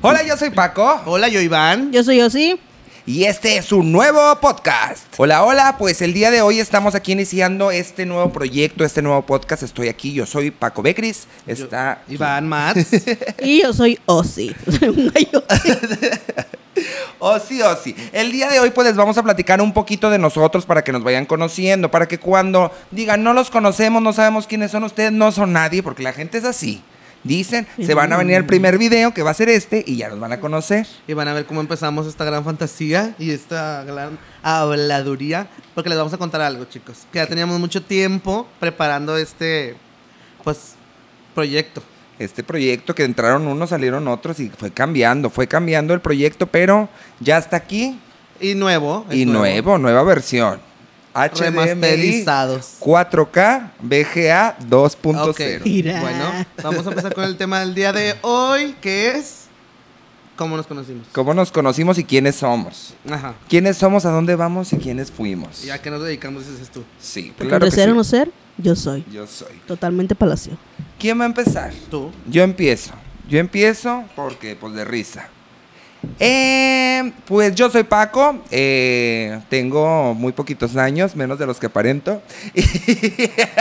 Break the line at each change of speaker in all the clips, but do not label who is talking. Hola, yo soy Paco
Hola, yo Iván.
Yo soy Yossi.
y este es un nuevo podcast. Hola, hola, pues el día de hoy estamos aquí iniciando este nuevo proyecto, este nuevo podcast. Estoy aquí, yo soy Paco Becris. Está
Iván Mats.
Y yo soy Ozzy. Soy un gallo.
Oh, sí, oh, sí. El día de hoy, pues les vamos a platicar un poquito de nosotros para que nos vayan conociendo, para que cuando digan no los conocemos, no sabemos quiénes son ustedes, no son nadie, porque la gente es así. Dicen, se van a venir al primer video que va a ser este y ya nos van a conocer.
y van a ver cómo empezamos esta gran fantasía y esta gran habladuría. Porque les vamos a contar algo, chicos. Que ya teníamos mucho tiempo preparando este, pues, proyecto.
Este proyecto que entraron unos, salieron otros y fue cambiando, fue cambiando el proyecto, pero ya está aquí
Y nuevo. es
y nuevo, nueva versión. HDMI
Remasterizados.
4K VGA 2.0.
Ok.
Mira.
Bueno, vamos a empezar con el tema del día de hoy, que es... ¿Cómo nos conocimos?
¿Cómo nos conocimos y quiénes somos?
Ajá.
¿Quiénes somos, a dónde vamos y quiénes fuimos?
¿Y a qué nos dedicamos, dices tú?
Sí,
Porque
claro
de
que
ser
sí.
o no ser, yo soy.
Yo soy.
Totalmente palacio.
¿Quién va a empezar?
Tú.
Yo empiezo. Yo empiezo porque, pues, de risa. Eh, pues yo soy Paco, eh, tengo muy poquitos años, menos de los que aparento.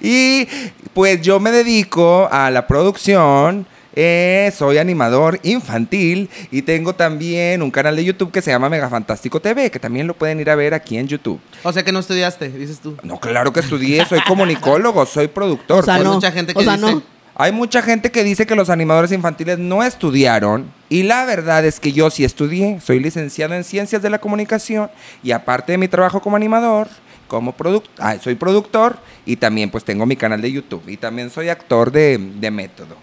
y pues yo me dedico a la producción, eh, soy animador infantil y tengo también un canal de YouTube que se llama Mega Fantástico TV, que también lo pueden ir a ver aquí en YouTube.
O sea que no estudiaste, dices tú.
No, claro que estudié, soy comunicólogo, soy productor.
O sea,
soy-
Hay
no.
mucha gente que
o sea,
dice-
no.
Hay mucha gente que dice que los animadores infantiles no estudiaron y la verdad es que yo sí estudié. Soy licenciado en Ciencias de la Comunicación y aparte de mi trabajo como animador, como productor, soy productor y también pues tengo mi canal de YouTube y también soy actor de, de método.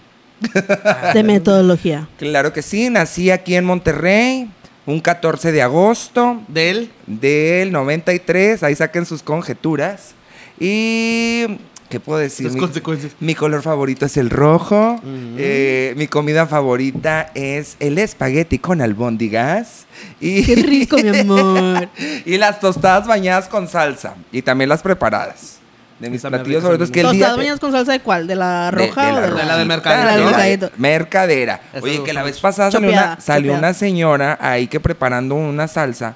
Ah,
De metodología.
Claro que sí, nací aquí en Monterrey un 14 de agosto
De él.
del 93, ahí saquen sus conjeturas. Y, ¿qué puedo decir?
Sus
Mi,
consecuencias.
mi color favorito es el rojo. Eh, mi comida favorita es el espagueti con albóndigas.
Qué
Y,
rico, mi amor.
y las tostadas bañadas con salsa. Y también las preparadas. De mis
Están bien
platillos
ricas,
favoritos
son
que el día...
¿Tostadas bañadas con salsa de cuál? ¿De la
de-
roja o de
roja.
la,
De la de mercadito.
La de
La de
mercadito.
mercadito.
Mercadera.
Eso me
Oye,
gusta
que la vez
mucho.
pasada salió,
Chopeada,
una, salió
chopeada.
una señora ahí que preparando una salsa,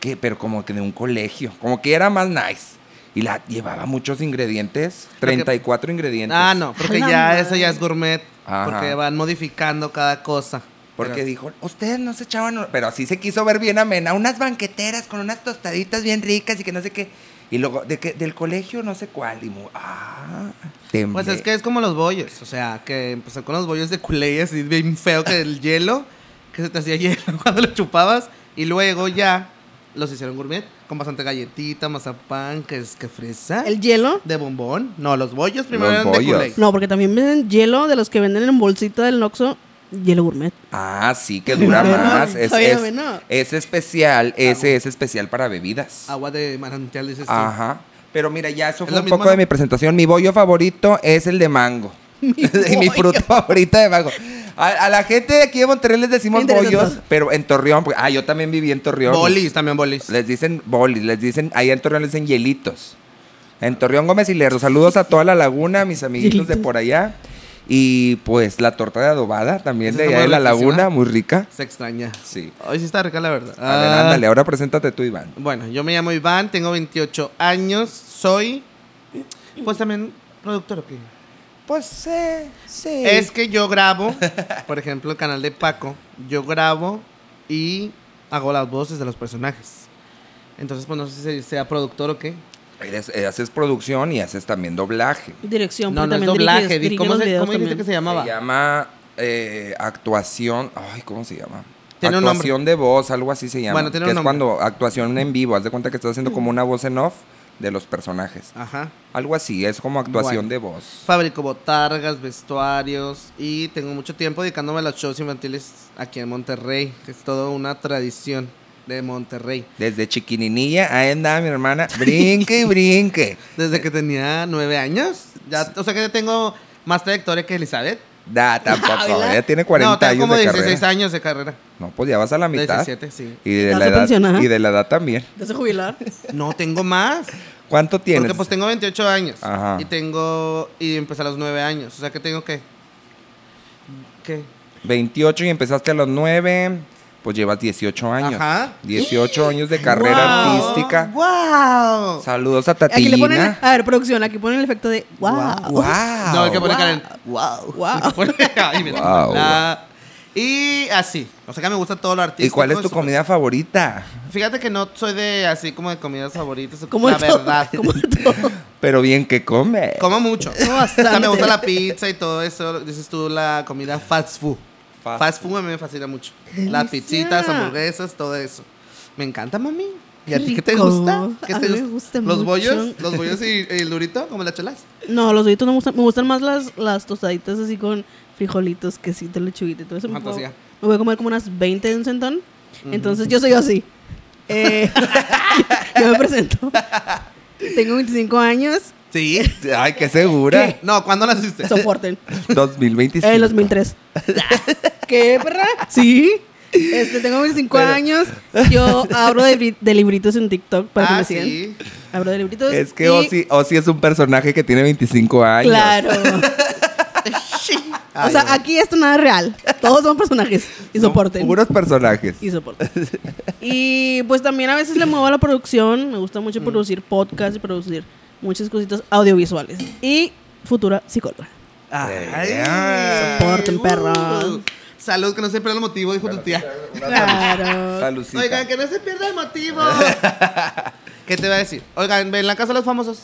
que, pero como que de un colegio, como que era más nice. Y la llevaba muchos ingredientes, 34 ingredientes.
Ah, no, porque
A la
ya
madre.
eso ya es gourmet.
Ajá.
Porque van modificando cada cosa.
Porque
Pero-
dijo, ustedes no se echaban, pero así se quiso ver bien amena, unas banqueteras con unas tostaditas bien ricas y que no sé qué. Y luego, de que, del colegio no sé cuál. Y mu- ah, temblé.
Pues es que es como los bollos. O sea, que empezó con los bollos de culé, así bien feo que el hielo, que se te hacía hielo cuando lo chupabas. Y luego ya los hicieron gourmet con bastante galletita, mazapán, que es que fresa.
¿El hielo?
de bombón. No, los bollos primero
Los
eran
bollos.
de culé.
No, porque también venden hielo de los que venden en bolsita del Noxo. Hielo gourmet.
Ah, sí, que dura
Bueno,
más. Es,
todavía
es-
bueno.
es
Ah,
especial, ese es especial para bebidas.
Agua de manantial, dices tú.
Ajá. Pero mira, ya eso
Ah, Es
fue
lo
un
mismo,
poco de
¿no?
mi presentación. Mi bollo favorito es el de mango. Y mi fruta favorita de mango. A, a la gente de aquí de Monterrey les decimos
Interesante.
bollos, pero en Torreón, porque- ah, yo también viví en Torreón.
Bolis, también bolis.
Les dicen bolis, les dicen, ahí en Torreón les dicen hielitos. En Torreón Gómez y Lerdo, saludos a toda la laguna, a mis amiguitos de
Hielitos.
por allá. Y pues la torta de adobada también
Esa
de
está
allá de
muy
la
riquísima.
laguna, muy rica.
Se extraña.
Sí.
Hoy sí está rica la verdad.
A ver,
Ah.
ándale, ahora preséntate tú, Iván.
Bueno, yo me llamo Iván, tengo 28 años, soy pues también productor. ¿o qué?
Pues eh, sí.
Es que yo grabo, por ejemplo, el canal de Paco, yo grabo y hago las voces de los personajes. Entonces, pues no sé si sea productor o qué.
Eres- eh, haces producción y haces también doblaje.
Dirección.
No,
porque
no es
también
doblaje.
diriges-
di-
dirige
¿Cómo,
los
se,
videos
¿cómo dijiste
también.
que se llamaba?
Se llama eh, actuación. Ay, ¿cómo se llama?
Tiene un
actuación de voz, algo así se llama.
Bueno, tiene
que
un
es
nombre.
cuando actuación en vivo. Haz de cuenta que estás haciendo como una voz en off de los personajes.
Ajá.
Algo así, es como actuación
Bueno.
de voz.
Fabrico botargas, vestuarios y tengo mucho tiempo dedicándome a los shows infantiles aquí en Monterrey, que es toda una tradición de Monterrey.
Desde chiquininilla, ahí andaba mi hermana, brinque y brinque.
Desde que tenía nueve años. Ya, o sea que ya tengo más trayectoria que Elizabeth.
Da, tampoco,
¿verdad?
ella tiene 40
no, tengo
años
como
de
16
carrera.
años de carrera.
No, pues ya vas a la mitad.
17, sí.
Y de
¿Estás
la edad,
pensionada?
y de la edad también.
¿Te hace jubilar?
No, tengo más.
¿Cuánto tienes?
Porque pues tengo 28 años.
Ajá.
Y tengo... Y empecé a los nueve años. O sea que tengo que... ¿Qué?
28 y empezaste a los 9, pues llevas 18 años.
Ajá.
18 años de carrera
Guau.
artística.
¡Wow!
Saludos a
Aquí le ponen,
Tatillina.
a ver, producción, aquí ponen el efecto de wow.
Wow.
No, hay que poner
Wow.
Karen.
Wow.
Hay que poner- Ah, Ay, mira.
Wow.
La- Y así. O sea que me gusta todo lo
¿Y
artístico.
cuál es tu
eso.
comida favorita?
Fíjate que no soy de así como de comidas favoritas.
Como
la
de todo,
verdad.
Como de todo.
Pero bien que come.
Como mucho.
Como
o sea, me
bastante.
gusta la pizza y todo eso. Dices tú la comida fast food.
Fast
Fast, food a mí me fascina mucho. Las
Delicia.
pizzitas, hamburguesas, todo eso. Me encanta, mami. ¿Y a ti qué te
Rico.
gusta? ¿Qué
A
te
mí me gusta
¿Los
mucho.
bollos? ¿Los bollos y, y el durito? ¿Como las chelas?
No, los deditos no me gustan. Me gustan más las, las tostaditas así con frijolitos, quesito, lechuguita y todo eso. Me puedo-
Fantasía.
me voy a comer como unas 20 de un centón. Entonces yo soy así. Eh, yo me presento. Tengo 25 años.
Sí.
Ay, qué segura.
No, ¿cuándo las hiciste?
Soporten. Eh,
2025.
En 2003. ¿Qué, perra? Sí. Este, tengo 25 años. Yo abro de, bri- de libritos en TikTok para que
ah,
me sigan.
sí.
Abro de libritos.
Es que
y-
Ozzy, Ozzy es un personaje que tiene 25 años.
Claro. o
Ay,
sea,
bueno.
aquí esto nada es real. Todos son personajes y soporten.
Puros personajes.
y soporten. Y pues también a veces le muevo a la producción. Me gusta mucho producir podcasts y producir muchas cositas audiovisuales. Y futura psicóloga.
Ay.
Soporten,
Uh.
perros.
Salud, que no se pierda el motivo, dijo tu tía.
Claro.
Salucita.
Oigan, que no se pierda el motivo. ¿Qué te va a decir? Oigan, ¿ven la casa de los famosos?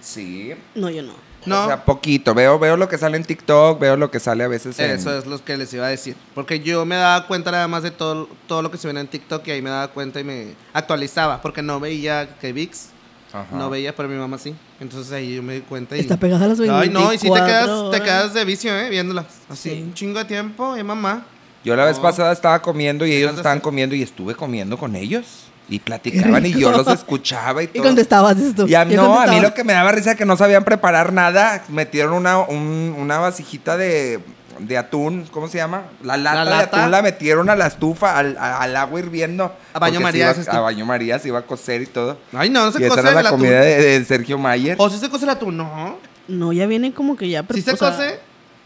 Sí.
No, yo no.
No.
O sea, poquito. Veo, veo lo que sale en TikTok, veo lo que sale a veces en...
Eso es lo que les iba a decir. Porque yo me daba cuenta nada más de todo, todo lo que se ven en TikTok y ahí me daba cuenta y me actualizaba. Porque no veía que VIX,
Ajá.
no veía, pero mi mamá sí. Entonces ahí yo me di cuenta y...
Está pegada a las 24
Ay, no, y si te quedas,
horas.
te quedas de vicio, ¿eh? Viéndolas. Así,
Sí.
un chingo de tiempo, y mamá.
Yo la vez
No.
pasada estaba comiendo y ellos
de
estaban
hacer-
comiendo y estuve comiendo con ellos. Y platicaban y yo los escuchaba y
Y
todo.
contestabas esto.
Y a-
Yo
no, a mí
contestaba.
lo que me daba risa es que no sabían preparar nada. Metieron una, un- una vasijita de, de atún, ¿cómo se llama? La lata, de
lata.
atún la metieron a la estufa, al, a- al agua hirviendo.
A
Porque
baño
se
María,
iba-
dices tú.
a baño María se iba a cocer y todo.
Ay, no, no se
y esa
cose
era
el
la
atún.
comida de, de Sergio Mayer.
O si se cose el atún, no.
No, ya viene como que ya...
Si se
o sea,
cose,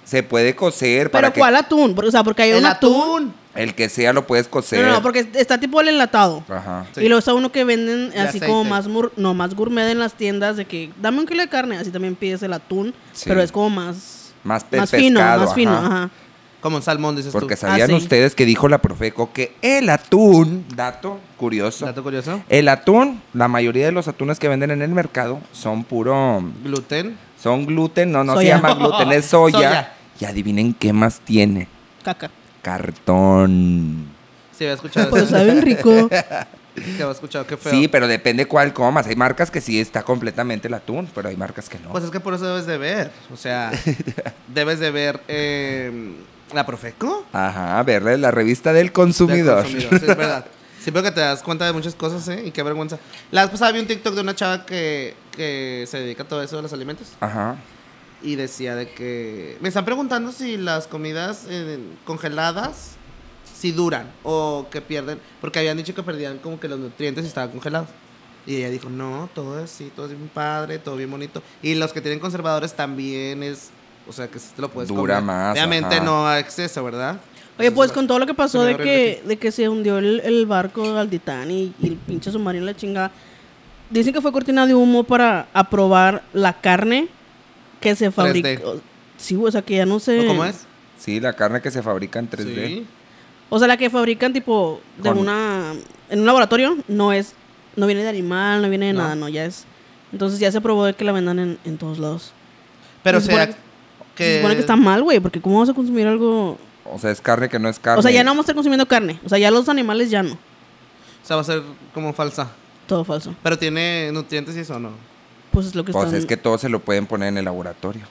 Se puede cocer para
Pero
que
¿cuál atún? Porque- O sea, porque hay
el
un atún.
atún.
el que sea lo puedes cocer.
No, no, porque está tipo el enlatado.
Ajá.
Sí.
Y luego está uno que venden
De
así como
aceite.
más mur- no, más gourmet en las tiendas de que dame un kilo de carne, así también pides el atún,
Sí.
pero es como más
Más, pe-
más fino,
pescado,
más fino,
ajá.
ajá. Ah,
Como un salmón, dices
Porque
tú. Ah,
sabían
sí.
ustedes que dijo la Profeco que el atún, dato curioso,
Dato curioso.
el atún, la mayoría de los atunes que venden en el mercado son puro,
Gluten.
son gluten, no, no se
Soya.
llama gluten, es soya.
Soya.
Y adivinen qué más tiene,
Caca.
cartón.
Sí, había escuchado.
Pero
eso.
saben rico.
Sí, había escuchado, qué feo.
Sí, pero depende cuál comas. Hay marcas que sí está completamente el atún, pero hay marcas que no.
Pues es que por eso debes de ver. O sea, debes de ver eh, la Profeco.
Ajá, a ver, la revista del
del
consumidor.
consumidor, sí, es verdad. Sí, veo que te das cuenta de muchas cosas, ¿eh? Y qué vergüenza. La vez pasada vi un TikTok de una chava que, que se dedica a todo eso de los alimentos.
Ajá.
Y decía de que... Me están preguntando si las comidas eh, congeladas, si duran o que pierden. Porque habían dicho que perdían como que los nutrientes y estaban congelados. Y ella dijo, no, todo es así, todo es bien padre, todo bien bonito. Y los que tienen conservadores también es... O sea, que sí te lo puedes
Dura
comer.
más,
Obviamente
ajá.
no a exceso, ¿verdad?
Oye, pues
Entonces,
con todo lo que
se
pasó
me
de
abre el
que, de que se hundió el, el barco al Titán y, y el pinche submarino la chingada, dicen que fue cortina de humo para aprobar la carne que se fabricó. Sí, o sea, que ya no sé.
¿no? ¿Cómo es?
Sí, la carne que se fabrica en 3D.
Sí.
O sea, la que fabrican tipo de
Con-
una en un laboratorio no es no viene de animal, no viene de
No.
nada, no, ya es. Entonces ya se probó de que la vendan en, en todos lados.
Pero
Se
será
supone
que...
Se supone que está mal, güey, porque cómo vamos a consumir algo?
O sea, es carne que no es carne.
O sea, ya no vamos a estar consumiendo carne, o sea, ya los animales ya no.
O sea, va a ser como falsa.
Todo falso.
Pero tiene nutrientes y eso, ¿no?
Pues es lo que
Pues
están
es que todo se lo pueden poner en el laboratorio.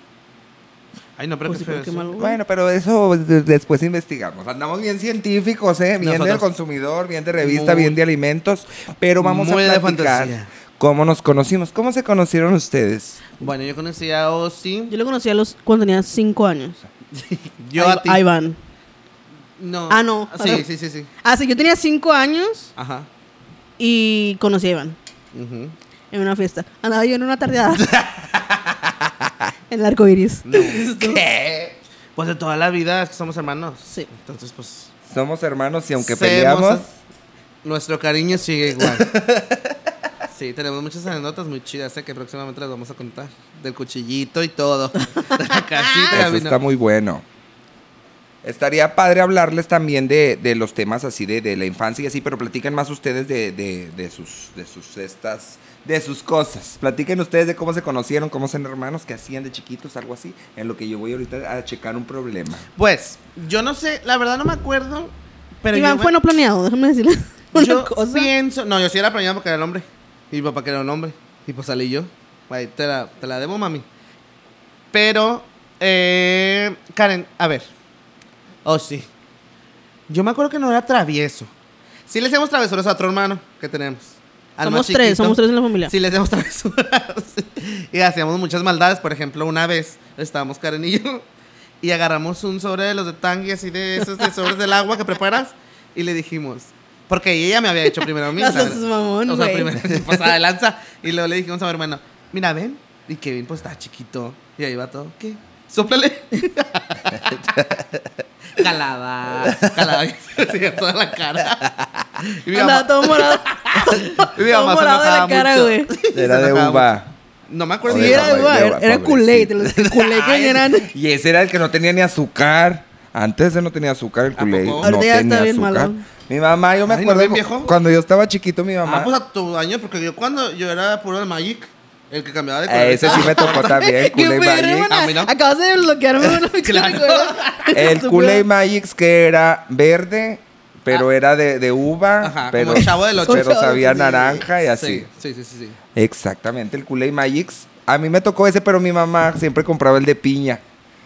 Ay, no, pero
pues
qué
sí, pero
feo
qué
eso.
mal, güey.
Bueno, pero eso de- después investigamos. Andamos bien científicos, ¿eh? Bien del
Nosotros.
consumidor, bien de revista,
Muy-
bien de alimentos. Pero vamos
Muy
a
de
platicar
fantasía.
cómo nos conocimos. ¿Cómo se conocieron ustedes?
Bueno, yo conocí a Ozzy.
Yo lo conocí a los cuando tenía 5 años.
Yo
Ahí-
a ti.
Ahí van.
No.
Ah, no.
Sí, sí, sí, sí.
Ah, sí, yo tenía 5 años
Ajá.
y conocí a Iván
Ujú.
en una fiesta. Andaba yo en una tardeada. en el arco iris.
¿Qué?
Pues de toda la vida es que somos hermanos.
Sí.
Entonces, pues.
Somos hermanos y aunque
Semos-
peleamos,
Nuestro cariño sigue igual. sí, tenemos muchas anécdotas muy chidas, ¿eh? que próximamente las vamos a contar. Del cuchillito y todo. De la casita.
eso
Gaby, no.
está muy bueno. Estaría padre hablarles también de, de los temas así de, de la infancia y así, pero platiquen más ustedes de, de- de sus de sus estas de sus cosas. Platiquen ustedes de cómo se conocieron, cómo son hermanos, qué hacían de chiquitos, algo así. En lo que yo voy ahorita a checar un problema.
Pues, yo no sé, la verdad no me acuerdo. Pero
Iván
yo
fue
me-
no planeado, déjame decirle una
yo
cosa.
pienso. No, yo sí era planeado porque era el hombre. Y mi papá que era un hombre. Y pues salí yo. Ahí te la, te la debo, mami. Pero, eh, Karen, a ver. Oh, sí. Yo me acuerdo que no era travieso. Sí le hacemos travesuras a otro hermano que tenemos. Al más
Somos tres,
chiquito.
somos tres en la familia.
Sí, le hacíamos travesuras. y hacíamos muchas maldades. Por ejemplo, una vez estábamos Karen y yo y agarramos un sobre de los de Tangi, así de esos de sobres del agua que preparas, y le dijimos. Porque ella me había hecho primero a mí.
No
la
seas
verdad.
mamón,
O sea,
güey.
primero se pasaba de lanza. Y luego le dijimos a mi hermano, mira, ven. Y Kevin, pues está chiquito. Y ahí va todo, ¿qué? Sóplale. calada. Calada. Sí, a toda la cara. Y mi
Andaba
mamá-
todo morado.
y mi
todo
mamá se
morado de la
enojaba
cara,
mucho.
güey.
Sí, se
Era de
enojaba
uva.
mucho. No me acuerdo.
O
Sí,
de
era
Baba,
igual,
de Baba,
era culé,
pobrecito.
los culé que eran.
Y ese era el que no tenía ni azúcar. Antes ese no tenía azúcar, el
¿A
culé.
poco?
No
Ahorita ya
tenía
está bien
azúcar.
malo.
Mi mamá, yo me
Ay, ¿no
acuerdo
ven
cu-
viejo?
cuando yo estaba chiquito, mi mamá.
Ah, pues a tu año, porque yo cuando yo era puro del Magic, el que cambiaba de
a ese sí me tocó también,
Qué
culé Ah, y
perro,
Magic.
hermana.
A mí no.
Acabas de bloquearme uno.
Claro.
El culé y Magic que era verde, pero
Ah.
era de, de uva,
Ah, Ajá,
pero,
como Chavo del Ocho.
pero sabía
Sí.
naranja y así.
Sí, sí, sí, sí.
Exactamente, el culé y Magic. A mí me tocó ese, pero mi mamá siempre compraba el de piña.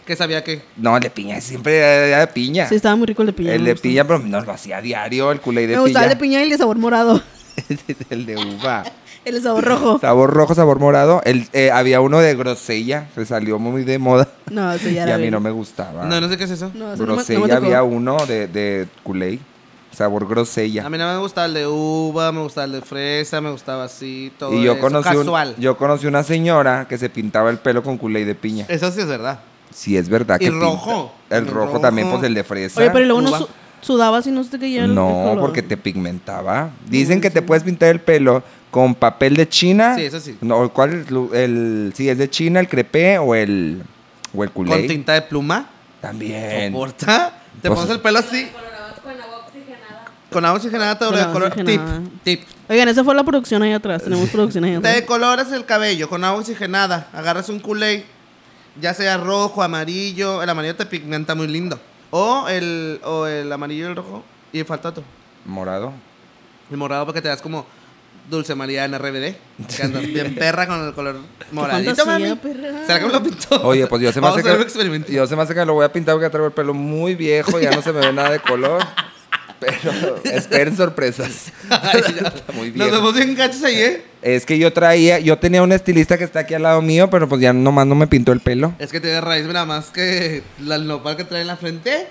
¿Qué sabía que
No, el de piña, siempre era era de piña.
Sí, estaba muy rico el de piña.
el
me
de
gustó.
piña, pero nos lo hacía a diario, el culé de
Me gustaba el de piña y el de sabor morado.
el de uva.
El de sabor rojo.
Sabor rojo, sabor morado. El, eh, había uno de grosella, que salió muy de moda.
No, eso
Y
ya era.
a mí
bien.
no me gustaba.
No, no sé qué es eso.
No, eso no me-
grosella
no me tocó.
había uno de, de culé. Sabor grosella.
A mí no me gustaba el de uva, me gustaba el de fresa, me gustaba así, todo
Y yo
eso,
conocí, un-
casual.
yo conocí una señora que se pintaba el pelo con culé de piña.
Eso sí es verdad.
Sí, es verdad
y
que pinta-
rojo.
El
El
rojo, también,
rojo.
pues el de fresa.
Oye, pero luego no
Uva.
su- sudabas y no se te caía el el
no,
color.
porque te pigmentaba. Dicen que te puedes pintar el pelo con papel de China.
Sí, eso sí.
No, ¿cuál? es lu- El, si es de China, el crepé o el, o el culé.
Con tinta de pluma,
También.
soporta. Te
Pues-
pones el pelo así. Con agua oxigenada. Con
Con
agua
agua
oxigenada, te de color.
oxigenada.
Tip, tip.
Oigan, esa fue la producción ahí atrás. Tenemos producción ahí
Te
atrás.
decoloras el cabello con agua oxigenada, agarras un culé, ya sea rojo, amarillo, el amarillo te pigmenta muy lindo. O el, o el amarillo y el rojo, y falta otro.
Morado.
El morado porque te das como Dulce María en RBD, que andas bien perra con el color moradito, mami.
fantasía, perra.
¿Será que me lo pintó?
Oye, pues yo se me
Vamos
hace
a hacer un
que.
experimento.
Yo se me hace que lo voy a pintar porque traigo el pelo muy viejo, ya no se me ve nada de color. Pero esperen sorpresas. Está muy
Nos
viejo.
vemos bien gachos ahí, ¿eh?
Es que yo traía, yo tenía un estilista que está aquí al lado mío, pero pues ya nomás no me pintó el pelo.
Es que tiene raíz nada más que la nopal que trae en la frente.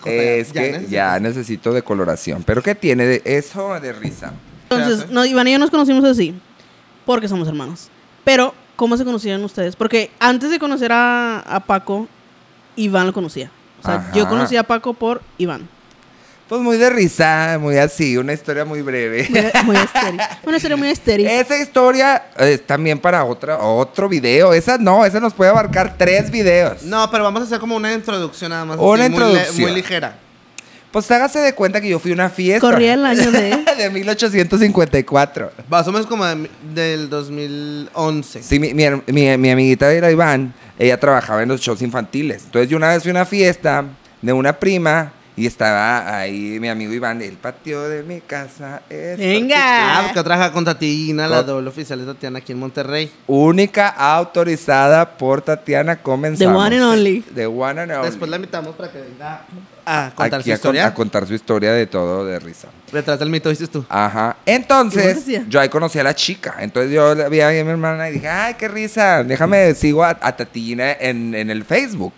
Jota,
Es que
necesitas.
ya necesito decoloración. ¿Pero qué tiene de eso de risa?
Entonces, no, Iván y yo nos conocimos así, porque somos hermanos. Pero, ¿cómo se conocieron ustedes? Porque antes de conocer a, a Paco, Iván lo conocía. O sea,
Ajá.
yo conocí a Paco por Iván.
Pues muy de risa, muy así, una historia muy breve.
Muy, muy estéril. Una historia muy estéril.
Esa historia es también para otra, otro video. Esa no, esa nos puede abarcar tres videos.
No, pero vamos a hacer como una introducción nada más.
Una
así, muy le-
introducción.
muy ligera.
Pues hágase de cuenta que yo fui a una fiesta.
Corría el año de...
de 1854.
Más o menos como de mi- del 2011.
Sí, mi, mi her- mi- mi amiguita era Iván, ella trabajaba en los shows infantiles. Entonces yo una vez fui a una fiesta de una prima y estaba ahí mi amigo Iván, el patio de mi casa es
Venga.
Ah, porque trabaja con Tatiana, la
Con-
doble oficial de Tatiana aquí en Monterrey.
Única autorizada por Tatiana Comenzamos.
The one and only.
The one and only.
Después la invitamos para que venga a contar
Aquí a, con-
su historia.
a contar su historia de todo, de risa.
Detrás del mito, dices tú.
Ajá.
¿Y vos
Entonces,
hacías?
yo ahí conocí a la chica. Entonces yo la vi ahí a mi hermana y dije, ay, qué risa. Déjame, sigo a, a Tatina en, en el Facebook.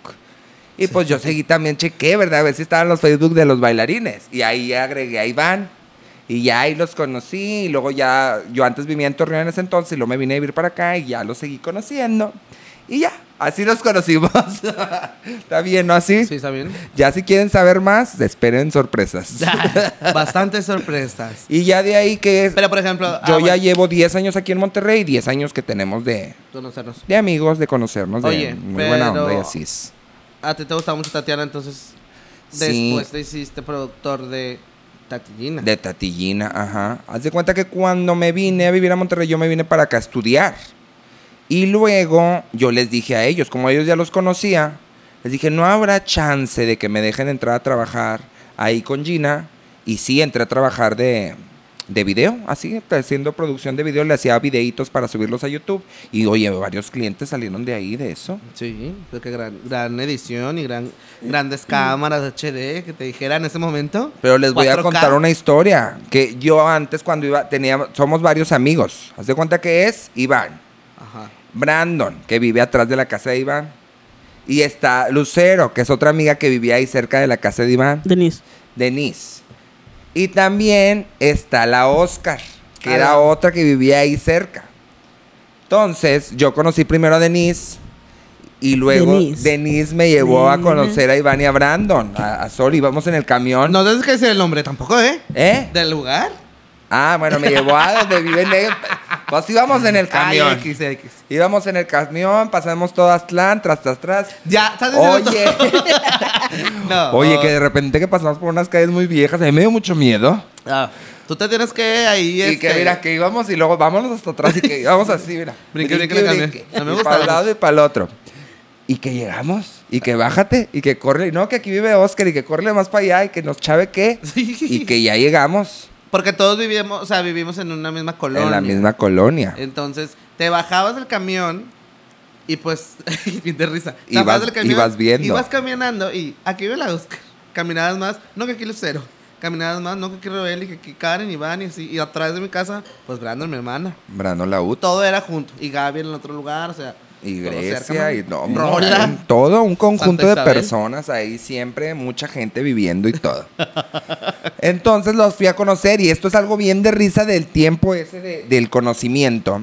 Y pues yo seguí también, chequé, ¿verdad? A ver si estaban los Facebook de los bailarines. Y ahí agregué a Iván. Y ya ahí los conocí. Y luego ya, yo antes vivía en Torreón en ese entonces. Y luego me vine a vivir para acá y ya los seguí conociendo. Y ya, así nos conocimos. está bien, ¿no? Así.
Sí, está bien.
Ya si quieren saber más, esperen sorpresas.
Bastantes sorpresas.
y ya de ahí que es...
Pero, por ejemplo, ah,
Yo ya
bueno,
llevo 10 años aquí en Monterrey y 10 años que tenemos de,
conocernos.
de amigos, de conocernos, de
Oye,
muy buena
pero-
onda y así es.
A ti te gustaba mucho Tatiana, entonces
Sí.
después te hiciste productor de Tatillina.
De Tatillina, ajá. Haz de cuenta que cuando me vine a vivir a Monterrey, yo me vine para acá a estudiar. Y luego yo les dije a ellos, como ellos ya los conocía, les dije, no habrá chance de que me dejen entrar a trabajar ahí con Gina. Y sí, entré a trabajar de, de video, así, haciendo producción de video. Le hacía videitos para subirlos a YouTube. Y oye, varios clientes salieron de ahí, de eso.
Sí, porque gran, gran edición y gran, grandes cámaras HD que te dijera en ese momento.
Pero les voy a
4K.
contar una historia que yo antes cuando iba tenía somos varios amigos. Haz de cuenta que es Iván,
Ajá.
Brandon, que vive atrás de la casa de Iván, y está Lucero, que es otra amiga que vivía ahí cerca de la casa de Iván,
Denise.
Denise. Y también está la Oscar, que
Ah,
era
la-
otra que vivía ahí cerca. Entonces, yo conocí primero a Denise y luego
Denise.
Denise, me llevó a
Nena.
conocer a Iván y a Brandon, a, a Sol, íbamos en el camión.
No tienes que decir el nombre tampoco, ¿eh?
¿Eh?
¿Del lugar?
Ah, bueno, me llevó a donde viven ellos. Pues íbamos en el camión.
Ay, X, X.
Íbamos en el camión, pasamos todo Aztlán, tras, tras, tras.
Ya, ¿estás diciendo
Oye,
todo? No.
oye, que de repente que pasamos por unas calles muy viejas, a mí me dio mucho miedo.
Ah, tú te tienes que ahí.
Y, que
este,
mira, que íbamos y luego vámonos hasta atrás y que íbamos así, mira.
Brinque, brinque en el camión. No me
Y
gusta,
para
no
el
me
lado y para el otro. Y que llegamos, y que bájate, y que corre, y no, que aquí vive Oscar, y que corre más para allá, y que nos chave qué.
Sí.
Y que ya llegamos
Porque todos vivíamos, o sea, vivimos en una misma colonia.
en la misma colonia.
Entonces, te bajabas del camión y pues, bien de risa. Te
Ibas-
bajabas del camión,
ibas viendo.
Ibas caminando y aquí vive la Oscar. Caminabas más, no que aquí Lucero. Caminabas más, no que aquí Rebel y que aquí Karen y Van y así. Y atrás de mi casa, pues Brandon, mi hermana.
Brandon Laut.
Todo era junto. Y Gaby en el otro lugar, o sea.
Y
todo
Grecia,
cerca,
y
¿no?
no,
Rola.
no, todo un conjunto
Santa
de
Isabel.
personas ahí siempre, mucha gente viviendo y todo. Entonces los fui a conocer y esto es algo bien de risa del tiempo ese de- del conocimiento,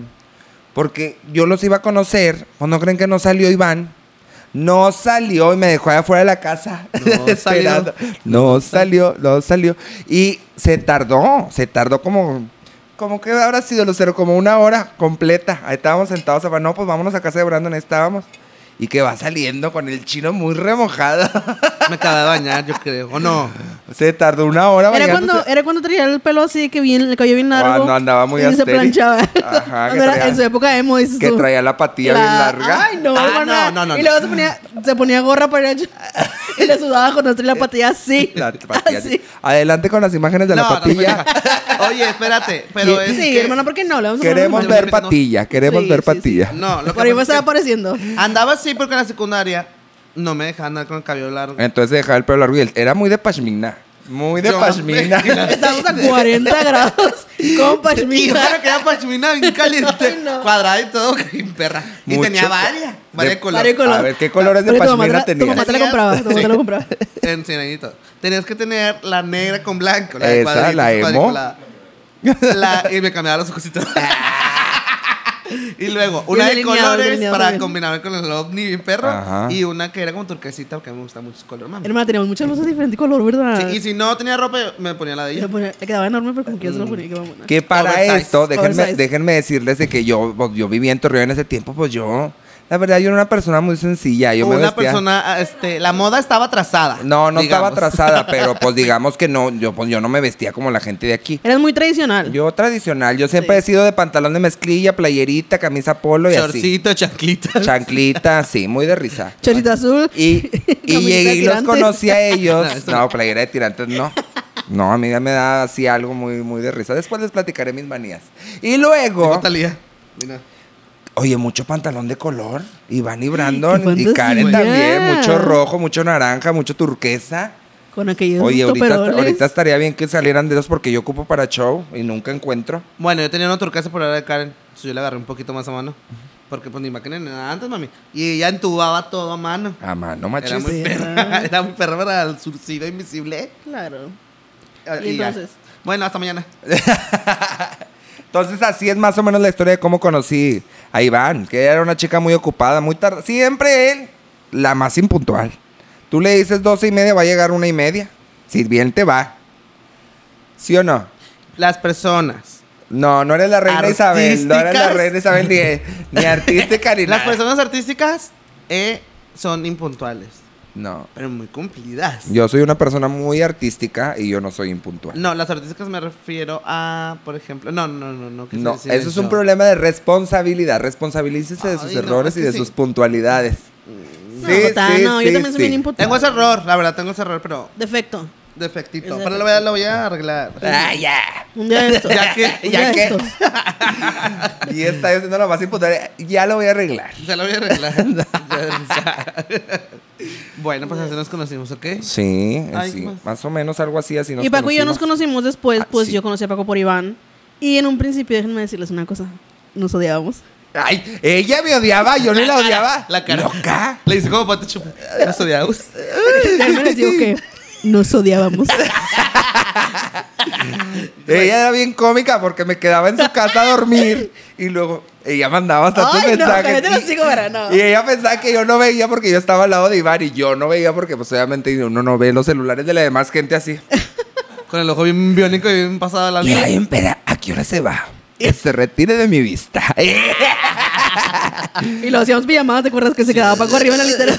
porque yo los iba a conocer, ¿o no creen que no salió Iván? No salió y me dejó allá afuera de la casa
No
esperando. No salió, no salió. Y se tardó, se tardó como, como que habrá sido Lucero, como una hora completa. Ahí estábamos sentados, afuera, no, pues vámonos a casa de Brandon, ahí estábamos. Y que va saliendo con el chino muy remojado.
Me acababa de bañar, yo creo. ¿O no?
se tardó una hora
Era
bañándose.
cuando, era cuando traía el pelo así que bien, le cayó bien largo.
Cuando andaba muy
y se
asteri.
planchaba.
Ajá, que
Cuando era
traía-
en su época emo, dices
Que
tú.
traía la patilla bien
La-
larga.
Ay, no,
Ah,
hermana.
no, no, no,
Y
no.
luego se ponía, se ponía gorra para ir a- y le sudaba cuando traía la patilla
Eh,
así.
La patilla.
Así.
Adelante con las imágenes de la
No, no,
patilla.
espera. Oye, espérate, pero
Sí,
es.
sí,
que-
hermana, ¿por qué no? Le vamos a poner
queremos
un-
no,
ver
no.
patilla, queremos
Sí,
ver
sí, sí.
patilla.
No, lo que
Por ahí va a
pasa es
estar
que
apareciendo.
Andaba así porque en la secundaria no me dejaban andar con el cabello largo.
Entonces se dejaba el pelo largo y él era muy de pashmina. Muy de
Yo-
pashmina.
Estamos a 40 grados con
Y
pashmina.
ahora queda pashmina bien caliente,
Ay, no.
cuadrada y todo, que perra. Y
Mucho.
tenía varias, varias
De-
color.
varias color.
A ver, ¿qué colores de
Porque tu mamá
pashmina
te la- Tu
tenías?
mamá te la compraba, tu mamá te la
Sí.
compraba.
En cienanito. Tenías que tener la negra con blanco, la de
Esa,
cuadritos,
la emo.
cuadriculada. La- y me cambiaba los ojitos. y luego, una de
delineado,
colores
delineado
para
también.
combinar con el ovni bien perro.
Ajá.
Y una que era como turquesita, porque me gusta mucho ese color, mami.
Hermana, teníamos muchas luces diferentes de color, ¿verdad?
Sí, y si no tenía ropa, me ponía la de
Le
ella.
ponía- le quedaba enorme, pero como que yo se
Mm.
lo ponía, que mamona.
Que para
Oversize,
esto, déjenme,
oversize.
déjenme decirles de que yo, pues, yo vivía en Torreón en ese tiempo, pues yo, la verdad, yo era una persona muy sencilla. Yo me
una
vestía-
persona, este, la moda estaba atrasada.
No, no estaba
digamos.
atrasada, pero pues digamos que no, yo, pues, yo no me vestía como la gente de aquí.
Eras muy tradicional.
Yo tradicional, yo siempre he sido de pantalón de mezclilla, playerita, camisa polo y
Chorcito, chanclita.
así. Chanclita, sí, muy de risa.
Chorita azul.
Y, y
Camiseta
llegué
de
y los
tirantes.
conocí a ellos.
No, eso
No, playera de tirantes no. No, a mí ya me da así algo muy, muy de risa. Después les platicaré mis manías. Y luego,
Talía. Mira.
oye, mucho pantalón de color. Iván y Brandon y
fantasía!
Karen también. Mucho rojo, mucho naranja, mucho turquesa.
Con aquellos
Oye, ahorita,
toperoles.
ahorita estaría bien que salieran de esos porque yo ocupo para show y nunca encuentro.
Bueno, yo tenía una turquesa por ahora de Karen. Entonces yo le agarré un poquito más a mano. Porque pues ni máquina ni nada antes, mami. Y ella entubaba todo a mano.
A mano,
Era
machis.
muy perra. Era muy perra para el surcido invisible.
Claro.
Ah,
¿Y
ya.
entonces?
Bueno, hasta mañana.
Entonces así es más o menos la historia de cómo conocí a Iván, que era una chica muy ocupada, muy tarde. Siempre él, la más impuntual. Tú le dices doce y media, va a llegar una y media. Si bien te va. ¿Sí o no?
Las personas.
No, no eres la reina Isabel. No eres la reina Isabel ni, ni artística ni
Las
nada.
personas artísticas eh, son impuntuales,
No.
pero muy cumplidas.
Yo soy una persona muy artística y yo no soy impuntual.
No, las artísticas me refiero a, por ejemplo, no, no, no, no. quise
No,
decir
eso es un problema de responsabilidad. Responsabilícese de sus
Ay, no,
errores
es
y
que
de
sí.
sus puntualidades.
No, ta, no, yo también soy bien impuntual.
Tengo ese error, la verdad, tengo ese error, pero
Defecto.
defectito.
Ese
Pero lo voy a, lo voy a arreglar.
Ah, ya.
Un día de estos.
Ya que-
Un
ya
día de
que-
estos.
Y está haciendo lo más impuntual. Ya lo voy a arreglar.
Se lo voy a arreglar. Ya, ya. bueno, pues así nos conocimos, ¿ok?
Sí,
Ay,
sí.
¿qué más?
Más o menos algo así, así nos
y Paco y yo nos
conocimos.
conocimos después,
Ah,
pues
sí.
yo conocí a Paco por Iván. Y en un principio, déjenme decirles una cosa, nos odiábamos.
Ay, ella me odiaba, yo no la odiaba.
La cara.
Loca.
Le hice como pata chupa. Los odiados.
Déjenme les digo que nos odiábamos.
Ella era bien cómica porque me quedaba en su casa a dormir y luego ella mandaba hasta tus
Ay, no,
mensajes.
cállate los
y-
hocico, Vera, no.
Y ella pensaba que yo no veía porque yo estaba al lado de Iván y yo no veía porque pues obviamente uno no ve los celulares de la demás gente así.
Con el ojo bien biónico y bien pasado la
Y ella bien peda, ¿a qué hora se va? Que se retire de mi vista.
Y lo hacíamos pijamadas, ¿te acuerdas que se quedaba Paco arriba en la litera?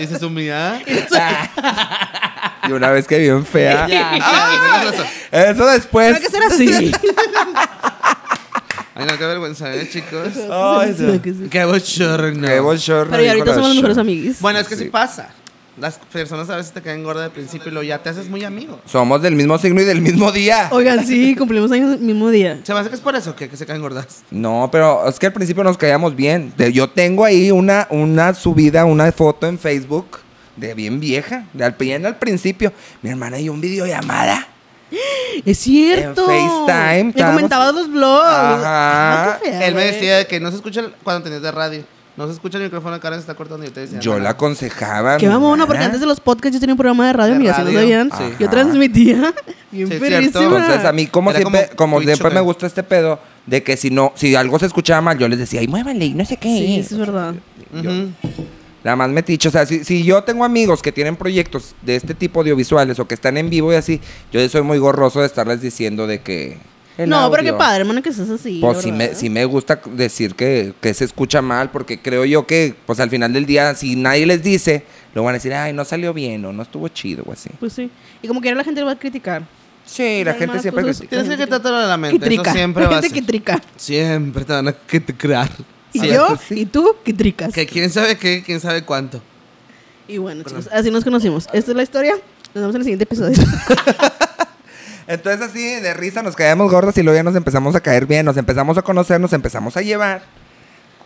Y se sumía.
y una vez que bien fea.
Ya,
¡Ah! pues,
tienes razón.
Eso después.
Tenía que ser así.
Ay, no, qué vergüenza, ¿eh, chicos?
Ay,
Tenía que ser.
Qué bochorno.
Qué bochorno,
Pero y
dijo
ahorita
la
somos los
Shon.
mejores amiguis.
Bueno, es que sí.
Sí.
pasa. Las personas a veces te caen gorda al principio y luego ya te haces muy amigo.
Somos del mismo signo y del mismo día.
Oigan, sí, cumplimos años el mismo día.
Se me hace que es por eso que, que se caen gordas.
No, pero es que al principio nos caíamos bien. De- Yo tengo ahí una, una subida, una foto en Facebook de bien vieja, de al, bien al principio. Mi hermana y un videollamada.
Es cierto.
En FaceTime,
Me
estábamos-
comentabas los blogs.
Ajá.
Ah, qué fea,
Él me
güey.
decía que no se escucha el- cuando tenías de radio. No se escucha el micrófono, Karen se está cortando y yo te decía.
Yo
no,
la
no.
aconsejaba.
Qué
mi
mamona,
hermana.
porque antes de los podcasts yo tenía un programa de radio,
De
mira, si no
radio.
sabían.
Ajá.
Yo transmitía. Bien
Sí, es cierto.
perrísima.
Entonces, a mí, como
Era
siempre,
como
como,
Twitch,
siempre
¿o
me
qué?
gusta este pedo de que si no, si algo se escuchaba mal, yo les decía, ay, muévale y no sé qué.
Sí, eso es verdad.
Ujú.
Nada más metiche. O sea, si, si yo tengo amigos que tienen proyectos de este tipo audiovisuales o que están en vivo y así, yo soy muy gorroso de estarles diciendo de que. el
No, pero qué
audio-
padre, hermano, que seas así.
Pues
la
sí me,
verdad.
sí me gusta decir que, que se escucha mal, porque creo yo que, pues al final del día, si nadie les dice, lo van a decir, ay, no salió bien o no estuvo chido o así.
Pues sí. Y como quiera la gente lo va a criticar.
Sí, la
Hay
gente
más pues
siempre
cosas
critica.
Tienes que quitártelo de la mente. Eso
Quitrica.
siempre va a
gente
ser.
quitrica.
Siempre te van a criticar.
Y
Sí,
yo,
eso sí.
y tú, quitricas.
Que quién sabe qué, quién sabe cuánto.
Y bueno, chicos, así nos conocimos. Esta es la historia. Nos vemos en el siguiente episodio.
Entonces así de risa nos caíamos gordos y luego ya nos empezamos a caer bien, nos empezamos a conocer, nos empezamos a llevar.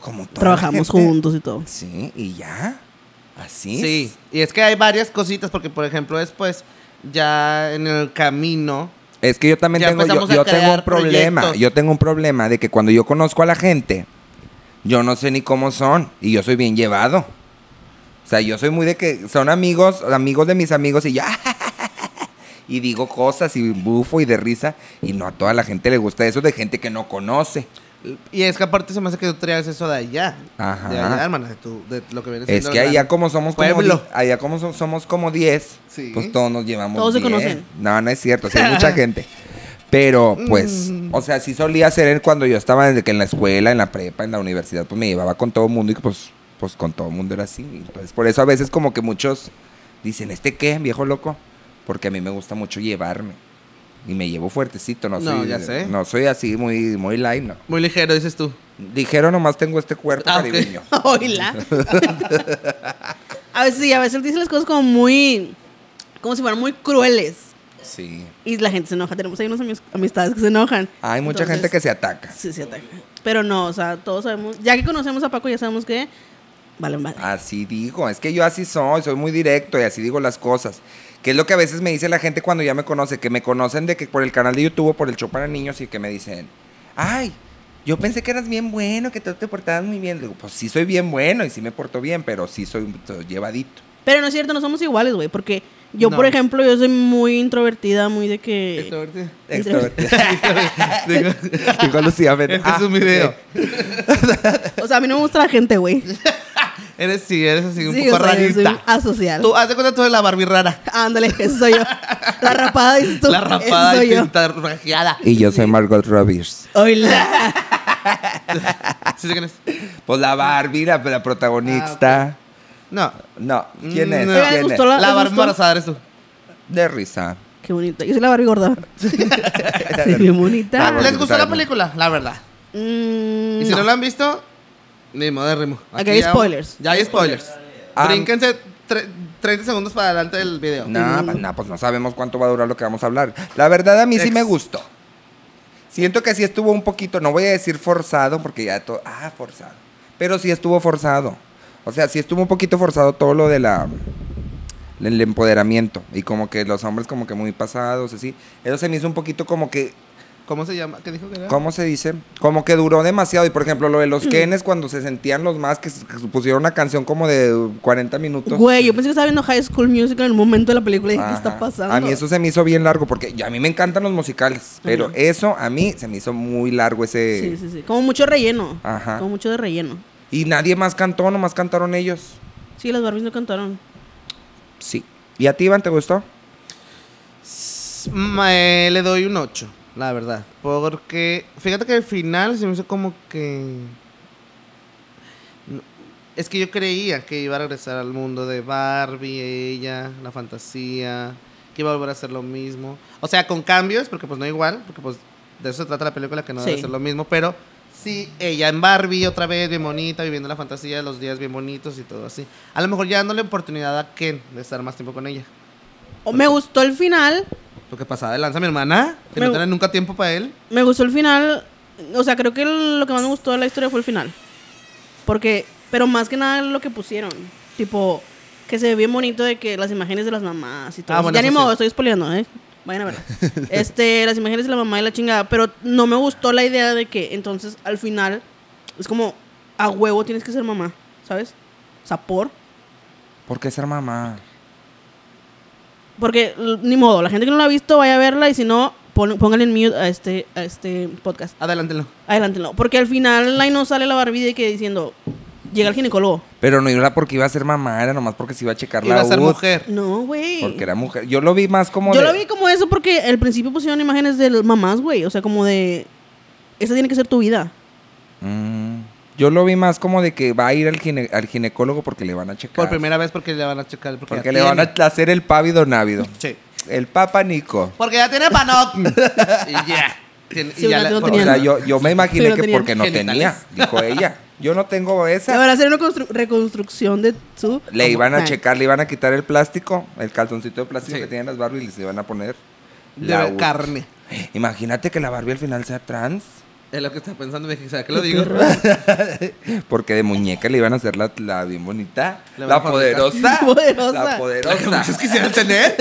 Como toda la
Trabajamos
gente.
juntos y todo.
Sí, y ya. Así.
Sí. Y es que hay varias cositas, porque por ejemplo, después, ya en el camino,
Es que yo también
Ya
tengo, yo,
empezamos a
yo tengo un
crear
problema.
proyectos.
Yo tengo un problema de que cuando yo conozco a la gente, yo no sé ni cómo son y yo soy bien llevado. O sea, yo soy muy de que son amigos, amigos de mis amigos y ya. Y digo cosas y bufo y de risa. Y no a toda la gente le gusta eso de gente que no conoce.
Y es que aparte se me hace que tú traías eso de allá.
Ajá.
De allá, hermana, de, tu- de lo que viene
Es
siendo
que
la-
allá como somos como
Pueblo.
di- allá como so- somos como 10,
Sí.
pues todos nos llevamos
Todos se
bien.
conocen.
No, no es cierto, sí hay mucha gente. Pero pues,
Mm.
o sea, sí solía ser él cuando yo estaba desde que en la escuela, en la prepa, en la universidad, pues me llevaba con todo el mundo y pues pues con todo el mundo era así. Entonces, por eso a veces como que muchos dicen, "¿Este qué, viejo loco?" Porque a mí me gusta mucho llevarme. Y me llevo fuertecito, no,
No,
soy
ya sé.
no soy así muy muy light, no.
Muy ligero, dices tú.
Dijeron nomás tengo este cuerpo
Ah, ok.
caribeño.
Oila. a veces sí, a veces él dice las cosas como muy. como si fueran muy crueles.
Sí.
Y la gente se enoja. Tenemos ahí unas amis- amistades que se enojan.
Hay mucha gente que se ataca.
Sí, se ataca. Pero no, o sea, todos sabemos. Ya que conocemos a Paco, ya sabemos que. Vale, vale.
Así digo, es que yo así soy, soy muy directo y así digo las cosas. Que es lo que a veces me dice la gente cuando ya me conoce, que me conocen de que por el canal de YouTube o por el show para niños y que me dicen, ay, yo pensé que eras bien bueno, que tú te portabas muy bien. Le digo, pues sí soy bien bueno y sí me porto bien, pero sí soy soy llevadito.
Pero no es cierto, no somos iguales, güey. Porque Yo, por
No.
ejemplo, yo soy muy introvertida, muy de que...
Extrovertido.
Extrovertida.
Digo,
Inclusivamente.
este es
Ah,
un video.
Ah,
O sea, a mí no me gusta la gente, güey.
Eres, sí, eres así, un
Sí,
poco
o sea, Ah, yo soy
rarita.
asocial.
Tú, haz de cuenta tú eres la Barbie rara.
Ándale, eso soy yo. La rapada, dices tú.
La rapada
Eso soy
y
yo.
pintarrajeada.
Y yo soy Margot Robbie.
Hola.
¿Sí sé quién es?
Pues la Barbie, la, la protagonista.
No.
No, ¿quién es?
Ah, No.
Oigan,
¿Quién es?
gustó la-
La
¿les
Barbie
gustó?
embarazada eres tú.
De risa.
Qué bonita. Yo soy la Barbie gorda. Soy bien
Ah,
bonita.
bueno,
¿Les gustó la
sabemos.
película? La verdad.
Mm,
Y si
no.
no la han visto, ni modérrimo.
Aquí hay
ya-
spoilers.
Ya hay spoilers.
Ah.
Brínquense tre- 30 segundos para adelante del video.
No, pues, no, pues no sabemos cuánto va a durar lo que vamos a hablar. La verdad a mí sí
Ex-
me gustó. Siento que sí estuvo un poquito, no voy a decir forzado porque ya todo, ah, forzado. Pero sí estuvo forzado. O sea, sí estuvo un poquito forzado todo lo de la el empoderamiento y como que los hombres como que muy pasados, así. Eso se me hizo un poquito como que
¿Cómo se llama? ¿Qué dijo que era?
¿Cómo se dice? Como que duró demasiado. Y por ejemplo, lo de los Kenes, cuando se sentían los más, que, s- que pusieron una canción como de 40 minutos.
Güey, yo pensé que estaba viendo High School Music en el momento de la película y dije, ¿qué
Ajá.
está pasando?
A mí eso se me hizo bien largo, porque yo- a mí me encantan los musicales. Pero
Ajá.
eso a mí se me hizo muy largo ese.
Sí, sí, sí. Como mucho relleno.
Ajá.
Como mucho de relleno.
Y nadie más cantó, nomás cantaron ellos.
Sí, las Barbies no cantaron.
Sí. ¿Y a ti, Iván, te gustó?
S- ma- eh, le doy un 8, la verdad. Porque fíjate que al final se me hizo como que. No- Es que yo creía que iba a regresar al mundo de Barbie, ella, la fantasía, que iba a volver a hacer lo mismo. O sea, con cambios, porque pues no igual, porque pues de eso se trata la película, que no debe
Sí.
ser lo mismo, pero sí, ella en Barbie otra vez, bien bonita, viviendo la fantasía de los días bien bonitos y todo así. A lo mejor ya dándole oportunidad a Ken de estar más tiempo con ella.
O me gustó el final.
Lo que pasaba de lanza mi hermana, que
Me
no
gu-
tenía nunca tiempo para él.
Me gustó el final. O sea, creo que el- lo que más me gustó de la historia fue el final. Porque, pero más que nada lo que pusieron. Tipo, que se ve bien bonito de que las imágenes de las mamás y todo.
Ah,
eso.
bueno,
ya
eso
ni
sí.
modo, estoy spoileando, ¿eh? Vayan a verla. este, las imágenes de la mamá y la chingada. Pero no me gustó la idea de que entonces al final es como a huevo tienes que ser mamá, ¿sabes? Sapor.
Porque ser mamá.
Porque l- ni modo, la gente que no la ha visto vaya a verla y si no, pon- pónganle en mute a este, a este podcast.
Adelántelo.
Adelántenlo. Porque al final ahí no sale la Barbie de que diciendo, llega el ginecólogo.
Pero no era porque iba a ser mamá, era nomás porque se iba a checar
Iba
la
a ser
UD,
mujer.
No, güey.
Porque era mujer. Yo lo vi más como.
Yo
de-
lo vi como eso porque al principio pusieron imágenes de las mamás, güey. O sea, como de, esa tiene que ser tu vida.
Mm. Yo lo vi más como de que va a ir al, gine- al ginecólogo porque le van a checar.
Por primera vez porque le van a checar. Porque,
Porque
ya
le van a
tiene.
hacer el pávido návido.
Sí.
El Papa Nico.
Porque ya tiene panoc. y ya. Tiene-
Sí, una que no
O
tenía.
sea, yo, yo me imaginé
Pero
que
tenía
porque no tenía,
genitales.
dijo ella. Yo no tengo
Y
esa.
ahora hacer una constru- reconstrucción de su...
Le iban
Ay.
a checar, le iban a quitar el plástico, el calzoncito de plástico
Sí.
que tenían las Barbie y les iban a poner
de
la
ver-
U.
carne.
Imagínate que la Barbie al final sea trans,
Es lo que está pensando. Me dije, ¿sabes qué lo digo?
porque de muñeca le iban a hacer la, la bien bonita,
Le
la,
van a fabricar.
poderosa,
Poderosa.
la poderosa.
Muchos quisieran tener.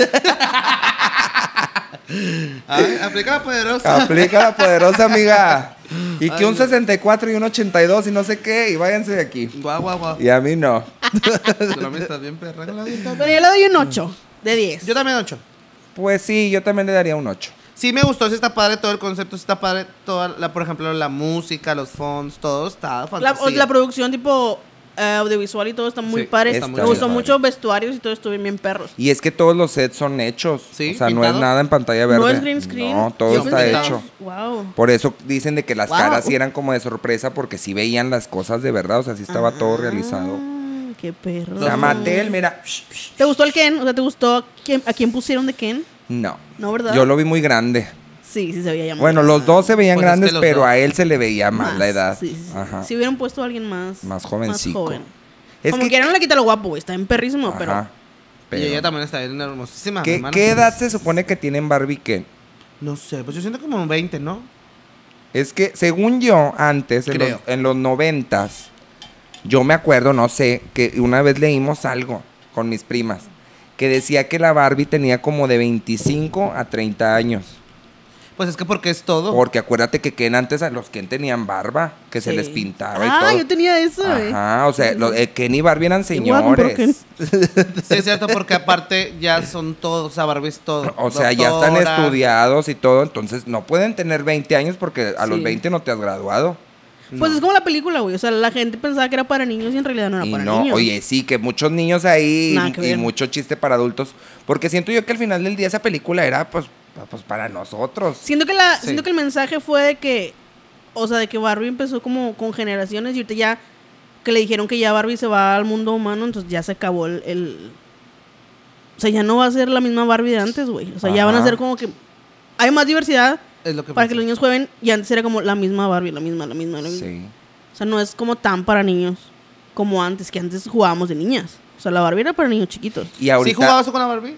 Ay, aplica la poderosa.
Aplica la poderosa, amiga. Y que un 64 y un 82 y no sé qué, y váyanse de aquí.
Guau, guau, guau.
Y a mí no.
Tú no me estás bien, perra. con la dieta.
Pero yo le doy un 8 de 10.
Yo también ocho.
Pues sí, yo también le daría un 8.
Sí me gustó, sí está padre todo el concepto, sí está padre toda la, por ejemplo, la música, los fonts, todo está
La,
fantástico.
la producción tipo eh, audiovisual y todo está muy
Sí,
padre.
está muy
Me gustó
padre.
mucho vestuarios y todo estuvieron bien perros.
Y es que todos los sets son hechos.
Sí,
O sea, no
pintados.
es nada en pantalla verde.
No es green screen.
No, todo
Son
está
pintados.
hecho.
Wow.
Por eso dicen de que las
Wow.
caras sí eran como de sorpresa porque sí veían las cosas de verdad. O sea, sí estaba todo realizado.
Ah, Qué perro.
La Mattel, mira.
¿Te gustó el Ken? O sea, ¿te gustó a quién, a quién pusieron de Ken?
No.
No, ¿verdad?
Yo lo vi muy grande.
Sí, sí se veía ya
Bueno,
más-
los dos se veían
Pues es que
grandes,
los
pero
dos.
a él se le veía más,
más.
la edad.
Sí, sí, sí.
Ajá.
Si hubieran puesto a alguien más.
Más jovencico.
Más joven.
Es
Como
que-
quiera no le quita lo guapo, güey. Está en perrísimo,
Ajá.
pero.
Pero-
Y ella también está bien hermosísima. mi
¿Qué,
hermana.
qué edad se supone que tienen Barbie Ken?
No sé, pues yo siento como 20, ¿no?
Es que, según yo, antes, en los,
Creo.
en los noventas, yo me acuerdo, no sé, que una vez leímos algo con mis primas, que decía que la Barbie tenía como de 25 a 30 años.
Pues Pues es que porque es todo.
Porque acuérdate que Ken antes a los Ken tenían barba, que se
Sí.
les pintaba y todo.
Ah, yo tenía eso, eh.
Ajá, o sea, los, eh, Ken y Barbie eran
Igual compró
señores.
Sí, es cierto, porque aparte ya son todos, o sea, Barbie es todo.
O sea, ya están
Doctora.
estudiados y todo, entonces no pueden tener 20 años porque a los
Sí.
20 no te has graduado.
Pues es como la película, güey. O sea, la gente pensaba que era para niños y en realidad no era
y
para
no,
niños.
oye, sí, que muchos niños ahí
Nada
y-
que
y,
ver.
mucho chiste para adultos, porque siento yo que al final del día esa película era pues, pa- pues para nosotros.
Siento que, la,
Sí.
siento que el mensaje fue de que, o sea, de que Barbie empezó como con generaciones y ahorita ya que le dijeron que ya Barbie se va al mundo humano, entonces ya se acabó el... el- o sea, ya no va a ser la misma Barbie de antes, güey. O sea, ya van a
Ajá.
ser como que... Hay más diversidad
Es lo que
para que
pensé.
los niños jueguen y antes era como la misma Barbie, la misma, la misma, la misma.
Sí.
O sea, no es como tan para niños como antes, que antes jugábamos de niñas. O sea, la Barbie era para niños chiquitos.
Y
¿Sí
ahorita
jugabas tú con la Barbie?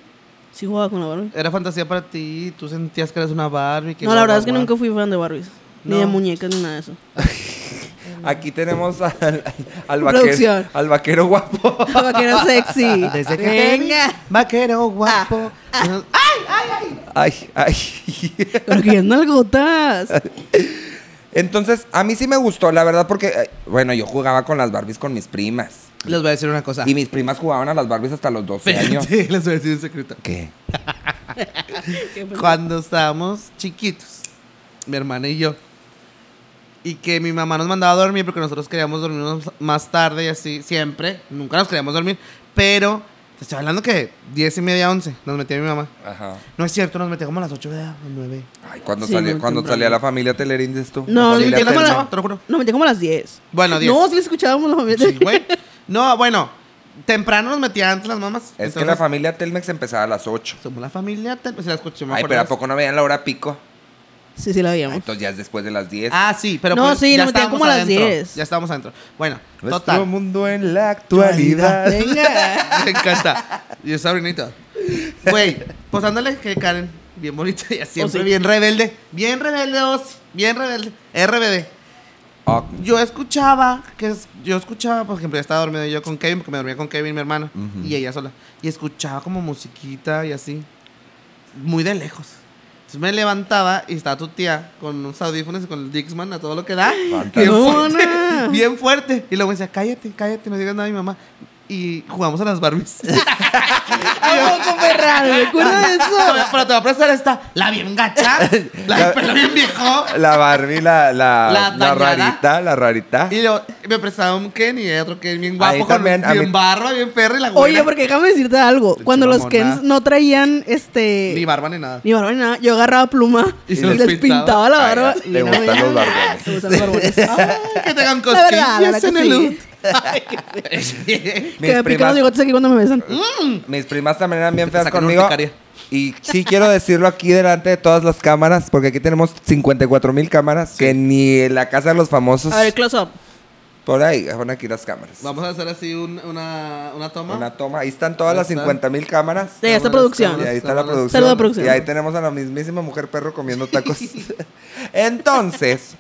Sí jugaba con la Barbie.
¿Era fantasía para ti? ¿Tú sentías que eras una Barbie?
No, la verdad es que
guau, guau.
nunca fui fan de Barbies. Ni
No.
de muñecas, ni nada de eso.
aquí tenemos al, al vaquero,
Producción.
al vaquero guapo.
Vaquero sexy.
Desde que te vi,
Venga. Ah,
vaquero guapo.
Ay, ay.
Corriendo algotas.
Entonces, a mí sí me gustó, la verdad, porque, eh, bueno, yo jugaba con las Barbies con mis primas.
Les voy a decir una cosa.
Y mis primas jugaban a las Barbies hasta los 12 años.
Espérate, les voy a decir un secreto.
¿Qué?
Cuando estábamos chiquitos, mi hermana y yo, y que mi mamá nos mandaba a dormir porque nosotros queríamos dormirnos más tarde y así, siempre, nunca nos queríamos dormir, pero te estoy hablando que 10 y media, 11, nos metía mi mamá.
Ajá.
No es cierto, nos metía como a las 8 de la 9.
Ay, cuando
Sí,
salía,
muy
cuando
temprano.
salía la familia Telerín de esto.
No,
La
sí,
familia
que no me la-
Telerín.
te lo juro.
No, me como a las 10.
Bueno, 10.
No, sí escuchábamos la familia.
Sí, güey. No, bueno, temprano nos metía antes las mamás.
Es que la familia Telmex empezaba a las 8.
Somos la familia, te- pues, la escuché, me
Ay,
acuerdo
pero ¿a
más.
poco no veían la hora pico?
Sí, sí la veíamos.
Entonces ya es después de las 10.
Ah, sí, pero
No,
pues
sí,
ya
nos metían
estábamos
como a las
adentro.
10.
Ya estábamos adentro. Bueno,
Nuestro
total.
mundo en la actualidad.
¿eh? Venga.
Me encanta. Y esa brinita. Güey, pues ándale, que Karen, bien bonita y siempre
Oh, sí.
bien rebelde. Bien rebelde, Osi. Bien rebelde. RBD.
Ok.
Yo escuchaba, que es- yo escuchaba, por ejemplo, ya estaba dormido yo con Kevin, porque me dormía con Kevin, mi hermana,
Ujú.
y ella sola. Y escuchaba como musiquita y así, muy de lejos. Entonces me levantaba y estaba tu tía con unos audífonos y con el Dixman a todo lo que da.
Fantástico.
Bien
Mona.
fuerte, bien fuerte. Y luego me decía, cállate, cállate, no digas nada a mi mamá. Y jugamos a las Barbies.
Ay, Ah, no, con Ferral, ¿me acuerdas de
Te voy
eso?
a- Pero te voy a prestar esta, la bien gacha, la del pelo bien viejo.
La Barbie, la, la,
La
la
tañada.
rarita, la rarita.
Y luego me prestaba un Ken y otro Ken bien guapo,
Ahí
con
también, a
bien
mí-
barba, bien perra y la güera.
Oye, porque déjame decirte algo. Cuando los
mamona.
Kens no traían este.
Ni barba ni nada.
Ni barba ni nada. Yo agarraba pluma
Y
y,
se los
les
pintaba.
pintaba la
Ay,
barba.
ya,
y
le
no
gustan
veían
los
nada.
barbones.
Le gustan los barbones.
Ay, que tengan
Ah, La verdad, la verdad
cosquillas
que
en el ut.
sí.
Mis
Que me pican
primas-
los bigotes aquí cuando me besan.
Mis primas también eran bien
Que te
feas
sacan una
conmigo.
urticaria.
Y sí quiero decirlo aquí delante de todas las cámaras, porque aquí tenemos 54 mil cámaras, que ni en la casa de los famosos.
A ver, close up.
Por ahí van aquí las cámaras.
Vamos a hacer así un- una, una toma.
Una toma. Ahí están todas
Ahí
las
están.
50 mil cámaras.
Sí, esta
Cámaras,
producción.
Y ahí está la
cámaras.
producción.
Saludos, producción.
Y ahí tenemos a la mismísima mujer perro comiendo tacos. Entonces,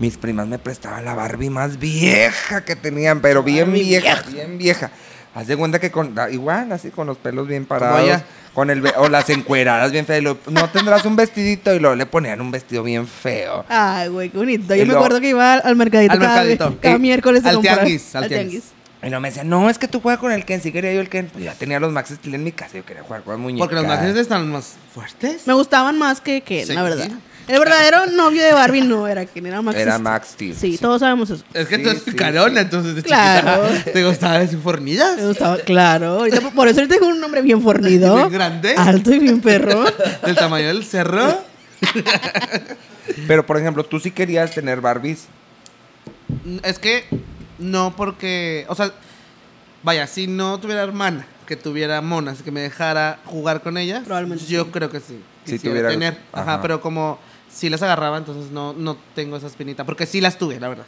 mis primas me prestaban la Barbie más vieja que tenían, pero bien
Barbie
vieja, bien vieja. Haz de cuenta que con, da- igual, así con los pelos bien parados,
ella.
con el ve- o las encueradas bien feas. y luego, No tendrás un vestidito y luego le ponían un vestido bien feo.
Ay, güey, qué bonito.
Y
Yo me
luego-
acuerdo que iba al- al mercadito.
Al
cada
mercadito.
vez- Cada
Y-
miércoles a
al
comprar.
tianguis, al tianguis.
Y no me decían, no, es que tú juegas con el Ken, si quería yo el Ken. Pues ya tenía los Max Steel en mi casa, yo quería jugar con las muñecas.
Porque los máquinas están más fuertes.
Me gustaban más que Ken,
Sí.
la verdad. El verdadero novio de Barbie no era Ken, era Max.
Era
Steel.
Max Steel,
Sí,
sí.
todos sabemos eso.
Es que
Sí,
tú eres
sí,
picarona, entonces de
Claro.
chiquita. ¿Te gustaba decir fornillas?
Me gustaba, claro. Ahorita- por eso ahorita tengo un nombre bien fornido.
Bien grande.
Alto y bien perro.
¿Del tamaño del cerro?
Pero por ejemplo, tú sí querías tener Barbies.
Es que no porque, o sea, vaya, si no tuviera hermana que tuviera monas que me dejara jugar con ellas,
Probablemente
yo
sí.
creo que sí.
Si
quisiera
tuviera-
tener, ajá,
ajá.
pero como si las agarraba, entonces no no tengo esa espinita, porque sí las tuve, la verdad.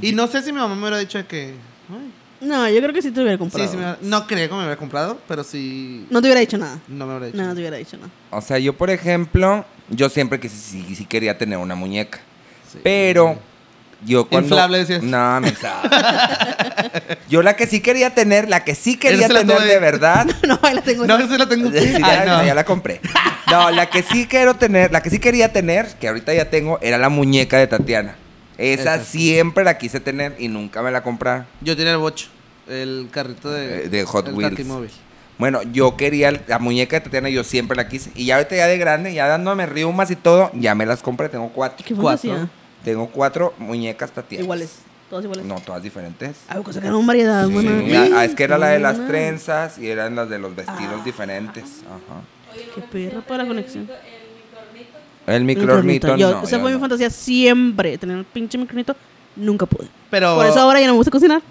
Y no sé si mi mamá me hubiera dicho de que ay,
No, yo creo que sí te hubiera
sí,
comprado.
sí me hubiera- no creo que me hubiera comprado, pero sí
No te hubiera dicho nada.
no me hubiera dicho.
No, no te hubiera dicho nada.
O sea, yo por ejemplo, yo siempre que sí, sí quería tener una muñeca.
Sí.
Pero yo cuando...
Inflable, decías.
No, me Yo la que sí quería tener, la que sí quería
Esa la
tener
tuve.
de verdad...
No, ahí la tengo.
No, esa la tengo.
Sí,
Ah,
ya,
no.
ya la compré. No, la que sí quiero tener, la que sí quería tener, que ahorita ya tengo, era la muñeca de Tatiana. Esa
Esa sí.
siempre la quise tener y nunca me la compraron.
Yo tenía el bocho, el carrito de,
Eh, de Hot
el
Wheels.
tatimóvil.
Bueno, yo quería la muñeca de Tatiana, yo siempre la quise. Y ya ahorita ya de grande, ya dándome riumas y todo, ya me las compré. Tengo cuatro.
Qué
Cuatro.
fantasía.
Tengo cuatro muñecas Tatiana.
Iguales. Todas iguales.
No, todas diferentes.
Ah, que sacaron variedad,
Sí.
buena.
Ah, es que era la de las
Buena.
trenzas y eran las de los
Ah.
vestidos diferentes. Ajá.
Qué perra para la conexión.
El
Microornito.
microornito,
Yo-
no.
esa
yo
fue mi
no. Ah,
fantasía siempre, tener el pinche micronito. Nunca pude.
Pero,
Por eso ahora ya no me gusta cocinar.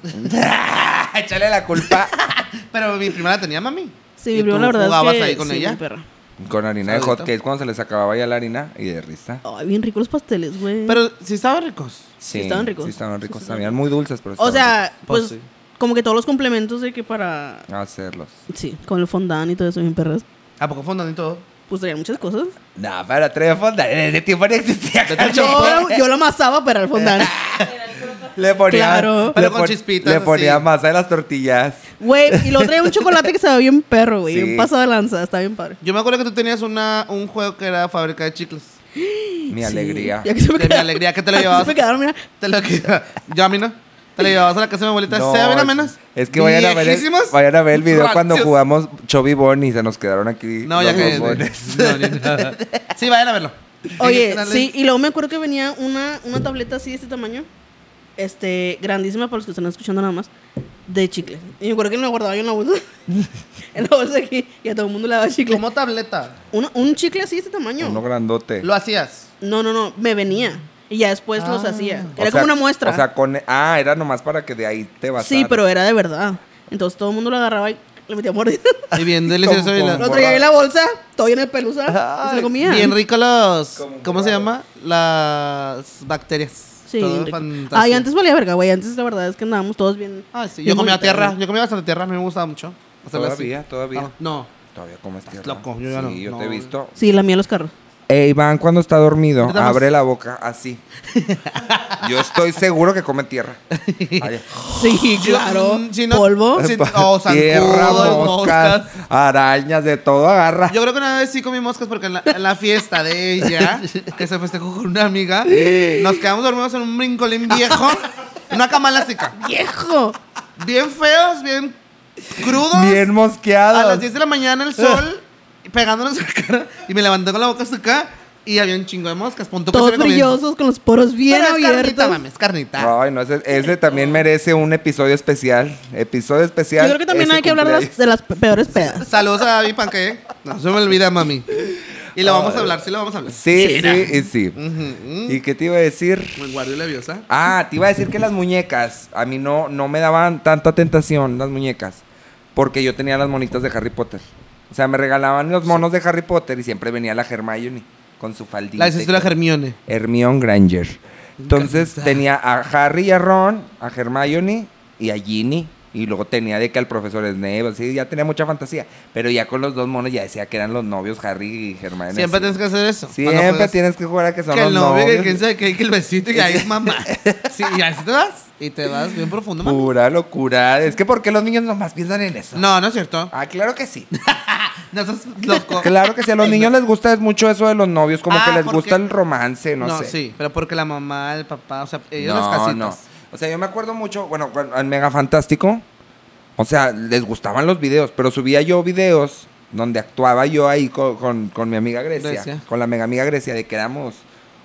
Échale la culpa
pero mi prima la tenía, mami.
Sí,
¿Y
mi primo,
tú
la verdad es
jugabas
que
ahí con
sí, mi
ella?
perra.
con harina de hot
Saludito.
cakes cuando se les acababa ya la harina y de risa.
Ay, bien ricos los pasteles, güey.
Pero sí estaban ricos.
Sí,
estaban ricos.
Sí, estaban ricos.
Sí, estaban
Estaban muy dulces, pero
o
estaban
sea, pues,
Pues sí.
como que todos los complementos de que para
ricos. hacerlos.
Sí, con el fondant y todo eso, bien perras.
¿A poco fondan y todo?
Pues traían muchas cosas.
No, pero tres fondas. En ese tiempo no existía.
Vete al
Yo,
Chopó.
yo lo amasaba para el fondant.
Le ponía,
Claro.
le
Pero con
pon-
chispitas,
Le ponía
así.
masa de las tortillas.
Güey, y lo traía un chocolate que sabía bien perro, güey.
Sí.
Un paso de lanza, está bien padre.
Yo me acuerdo que tú tenías una, un juego que era fábrica de chicles.
Mi
Sí,
alegría.
Ya que se me
De mi
quedaron-
alegría, ¿qué te lo
ya que
llevabas?
se me quedaron, mira.
Te lo que Yo a mí no. Te lo llevabas a la casa de mi abuelita.
No,
¿Se ven a
es-
menos?
Es que vayan a, ver el,
Viejísimos,
vayan a ver el video cuando
rancios.
jugamos Chubby Bonnie y se nos quedaron aquí.
No, ya
los
que.
bombones.
No, ni nada. Sí, vayan a verlo.
Oye,
Dale.
sí, y luego me acuerdo que venía una, una tableta así de este tamaño, este, grandísima para los que están escuchando nada más, de chicle. Y me acuerdo que me guardaba yo en la bolsa, en la bolsa aquí, y a todo el mundo le daba chicle.
Como tableta.
Una- un chicle así de este tamaño.
Uno grandote.
Lo hacías.
No, no, no, me venía. Y ya después los
Ah.
hacía.
O
Era
sea-
como una muestra.
O sea, con, ah, era nomás para que de ahí te vas.
sí, pero era de verdad. Entonces todo el mundo lo agarraba y le metía mordida.
Y bien delicioso. y la-
lo traía en la bolsa, todo lleno de pelusa, y se lo comía.
Bien rico los.
Como un
¿Cómo se
borrado.
llama? Las bacterias.
Sí,
Todo
bien rico.
fantástico.
Ay, antes valía verga, güey. Antes la verdad es que andábamos todos bien.
Ah, sí.
bien
Yo comía
bonitas,
tierra.
güey.
Yo comía bastante tierra. A mí me gustaba mucho. hacerla así.
Todavía, todavía.
Ah, no.
Todavía como es tierra.
loco, yo ya
sí,
no-
yo
no.
te he visto.
Sí, la mía los carros.
Eh, Iván, cuando está dormido,
Nada más.
abre la boca así. Yo estoy seguro que come tierra. Ay,
Sí,
Yo-
claro.
mm, si no-
Polvo.
Sí, o zancudos,
tierra, moscas,
moscas.
arañas, de todo agarra.
Yo creo que una vez sí comí moscas porque en la, en la fiesta de ella, que se festejó con una amiga, nos quedamos dormidos en un brincolín viejo, en una cama elástica.
Viejo.
Bien feos, bien crudos.
Bien
a
mosqueado.
las 10 de la mañana el sol pegándonos en la cara y me levanté con la boca hasta acá y había un chingo de moscas. Punto que
Todos
se me comían.
brillosos, con los poros bien
Pero es carnita,
abiertos.
mames, es carnita.
Ay, no, ese, ese también merece un episodio especial. Episodio
Yo
especial.
creo que también
ese
hay que hablar de las,
cumpleaños.
de las pe- peores
Ah.
pedas.
Saludos a David Panque. No se me olvida, mami. Y lo vamos a hablar, sí lo vamos a hablar.
Ah. Sí,
Sí,
sí, y sí. ¿Y qué te iba a decir?
Me guardio leviosa.
Ah, te iba a decir que las muñecas, a mí no, no me daban tanta tentación las muñecas, porque yo tenía las monitas de Harry Potter. O sea, me regalaban los monos de Harry Potter y siempre venía la Hermione con su faldita.
La
y
hiciste la
con-
Hermione.
Hermione Granger. Entonces
encanta.
tenía a Harry y a Ron, a Hermione y a Ginny. Y luego tenía de que al profesor Snape, así, ya tenía mucha fantasía. Pero ya con los dos monos ya decía que eran los novios Harry y Hermione.
Siempre
así.
tienes que hacer eso.
Siempre
Cuando juegas.
tienes que jugar a que son
que
los
el novio, que
novios.
quién sabe qué, que el besito y ahí mamá. Sí, y así te vas. Y te vas bien profundo, mamá.
Pura locura. Es que porque los niños nomás piensan en eso.
No, no es cierto.
Ah, claro que sí.
No estás loco.
Claro que sí. A los niños les gusta es mucho eso de los novios, como
Ah,
que les
porque-
gusta el romance, no,
No,
sé.
sí, pero porque la mamá, el papá, o sea, ellos
no,
las casitas.
no. O sea, yo me acuerdo mucho, bueno, cuando- en Mega Fantástico, o sea, les gustaban los videos, pero subía yo videos donde actuaba yo ahí co- con, con mi amiga Grecia,
Grecia.
con la mega amiga Grecia, de que éramos,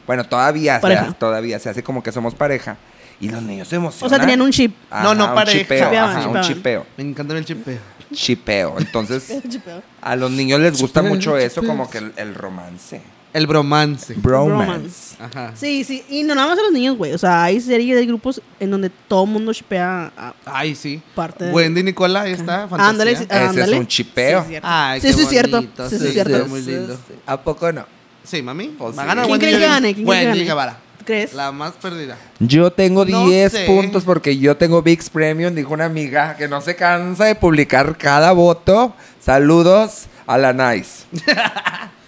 bueno, todavía, se
Pareja.
hace- todavía se hace como que somos pareja. Y los niños se
O
emocionan.
sea, tenían un chip.
Ajá,
No, no, pareja.
Un chipeo,
Chipeaban,
ajá, un
chipeaban.
chipeo.
Me encanta el chip.
Chipeo. Entonces,
Chipeo.
A los niños les gusta
Chispero,
mucho eso,
chispero.
como que el, el romance.
El bromance.
Bromance.
Ajá.
Sí, sí, y no nada más a los niños, güey. O sea, hay series de grupos en donde todo el mundo shipea a
Ay, sí.
parte de... Ah,
Wendy Nicola, ahí está. Fantasía.
Ándale, sí,
Ese es
ándale.
un chipeo.
Sí, es cierto.
Ay,
Sí,
qué
sí, es cierto.
bonito,
Sí, sí, es
sí,
cierto.
está muy lindo.
¿A poco no?
Sí, mami.
Oh,
Pues
Va a
sí.
ganar
¿Quién
Wendy
cree que
Guevara.
gane? ¿Quién cree que
Wendy
gane?
Guevara.
¿Crees?
La más perdida.
Yo tengo
No
10
sé.
puntos porque yo tengo VIX Premium, dijo una amiga que no se cansa de publicar cada voto. Saludos a la Nice.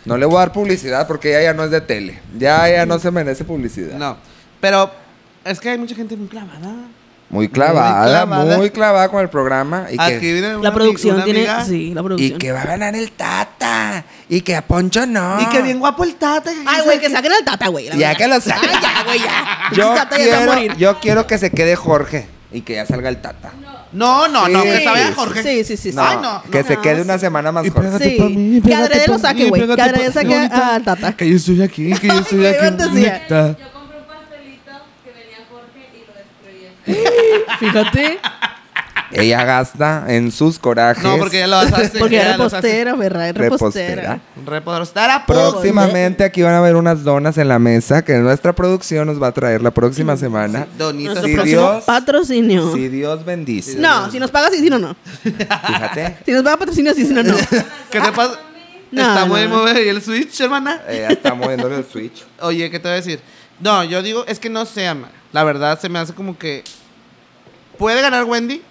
No le voy a dar publicidad porque ella ya no es de tele. Ya ella no se merece publicidad.
No. Pero es que hay mucha gente muy clavada.
Muy clavada, muy clavada,
clavada.
con el programa. Y
Aquí
que,
viene una
La producción
ami- una
tiene.
amiga,
Sí, la
y
producción.
que va a ganar el Tata. Y que a Poncho no.
Y
Ah.
que bien guapo el Tata. que
Ay,
quién
güey,
sabe
que
qué.
saquen al tata, güey. la
Ya
verdad.
que lo saquen.
Ay, ya, güey, ya.
Yo
Pinche tata ya se va a
quiero,
morir.
yo quiero que se quede Jorge y que ya salga el Tata.
No, no, no,
Sí.
que sabe a
Sí,
Jorge.
Sí, sí, sí. sí.
No,
Ay, no, no
que
me
se quede
hagas.
una semana más
Y
Jorge.
pégate
Sí.
pa' mí,
Que
pégate
Adrede
pa'
lo saque,
mí,
güey.
pégate
Que Adrede
pa-
saque
Bonita,
al Tata.
Que yo estoy aquí, que yo estoy
Ay,
aquí.
antes sí.
bonita.
Yo compré un pastelito que venía Jorge y lo destruí.
Fíjate.
Ella gasta en sus corajes.
No, porque ya lo vas a hacer.
Porque
ya
era
los hace.
repostera, ¿verdad? Era
repostera.
Repostera.
¿eh? Repostera. Próximo.
Próximamente aquí van a haber unas donas en la mesa que nuestra producción nos va a traer la próxima semana.
Donita.
Sí,
Nuestro
Si
próximo
Dios-
patrocinio.
Si Dios bendice.
No, si nos paga sí, sí, no, no.
Fíjate.
Si nos paga patrocinio sí, sí, no, no.
¿Qué te pasa?
No,
Está
no,
muy
no.
mover el switch, hermana.
Ella eh, está moviéndole el switch.
Oye, ¿qué te voy a decir? No, yo digo, es que no sé, ama. La verdad se me hace como que puede ganar Wendy,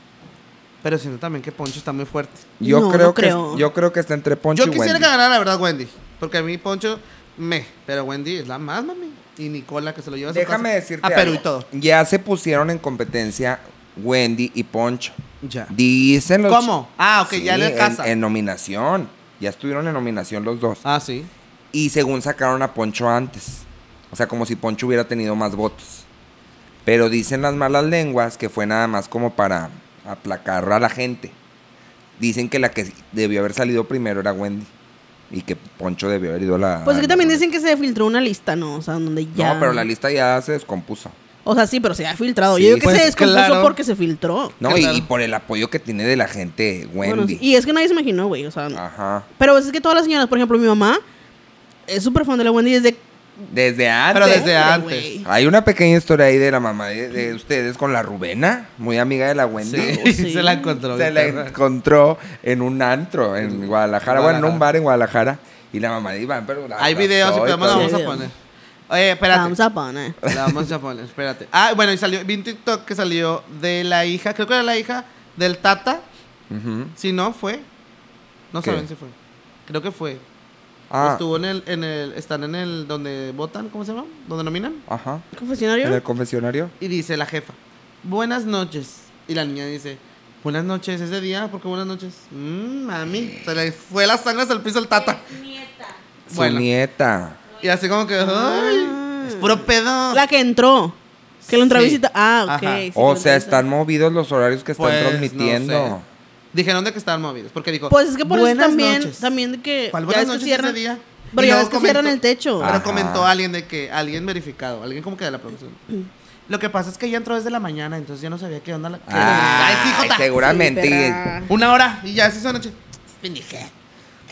pero siento también que Poncho está muy fuerte.
Yo
No,
creo
no
que
creo.
yo creo que está entre Poncho
yo
y
quisiera
Wendy.
que ganara la verdad Wendy, porque a mí Poncho me, pero Wendy es la más mami. Y Nicola que se lo lleva a su
Déjame
casa,
decirte
a Perú
algo.
y todo.
Ya se pusieron en competencia Wendy y Poncho.
Ya.
Dicen los
¿Cómo? Ah, ok, ya en el casa.
En, nominación. Ya estuvieron en nominación los dos.
Ah, sí.
Y según sacaron a Poncho antes. O sea, como si Poncho hubiera tenido más votos. Pero dicen las malas lenguas que fue nada más como para aplacar a la gente. Dicen que la que debió haber salido primero era Wendy. Y que Poncho debió haber ido a la.
Pues es
a
que
la-
también dicen que se filtró una lista, ¿no? O sea, donde ya.
No, pero la lista ya se descompuso.
O sea, sí, pero se ha filtrado.
Sí,
Yo digo que
pues,
se descompuso
claro.
porque se filtró.
No, y,
Claro.
y por el apoyo que tiene de la gente Wendy.
Bueno, sí. y es que nadie se imaginó, güey. O sea, no.
Ajá.
Pero es que todas las señoras, por ejemplo, mi mamá es súper fan de la Wendy desde.
Desde antes.
Pero desde
Hombre,
antes.
güey.
Hay una pequeña historia ahí de la mamá de, de ustedes con la Rubena, muy amiga de la Wendy.
Sí,
Sí.
se la encontró.
Se la encontró en un antro en Guadalajara, bueno, en un
Guadalajara.
bar en Guadalajara. Y la mamá de Iván, pero... la
Hay
abrazó
videos, si
y
podemos la
todo.
vamos a poner. Oye, espérate.
Vamos a poner.
La vamos a poner, espérate. Ah, bueno, y salió, vi un TikTok que salió de la hija, creo que era la hija del Tata.
Ujú.
Si no, fue. No
¿Qué?
saben si fue. Creo que fue.
Ah,
Estuvo en el, en el, están en el, donde votan, ¿cómo se llama? Donde nominan.
ajá. ¿En el
¿Confesionario?
confesionario?
Y dice la jefa, buenas noches. Y la niña dice, buenas noches, ese día, porque buenas noches. Mmm, mami, se le fue la sangre hasta el piso al Tata.
Nieta.
Su
Bueno.
nieta.
Y así como que, ay, es puro pedo.
La que entró. Que lo entró a
Sí.
visitar. Ah, ok.
Ajá.
sí, que lo
O
entró a
sea,
visitar.
están movidos los horarios que están
Pues, no
transmitiendo.
sé. Dijeron de que estaban movidos, porque dijo,
Pues es que por eso
"Buenas
también,
noches".
también de que.
¿Cuál
ya
buenas
ves que
noches
cierran-
ese día?
Pero
Y
ya
luego
ves que cierran
comentó-
el techo.
Ah.
Pero comentó alguien de que alguien verificado, alguien como que de la producción.
Mm.
Lo que pasa es que ya entró desde la mañana, entonces ya no sabía qué onda la. qué-
Ah,
Ay, sí, Jota.
seguramente.
Sí,
y-
perra.
Una hora y ya se hizo noche. Pues,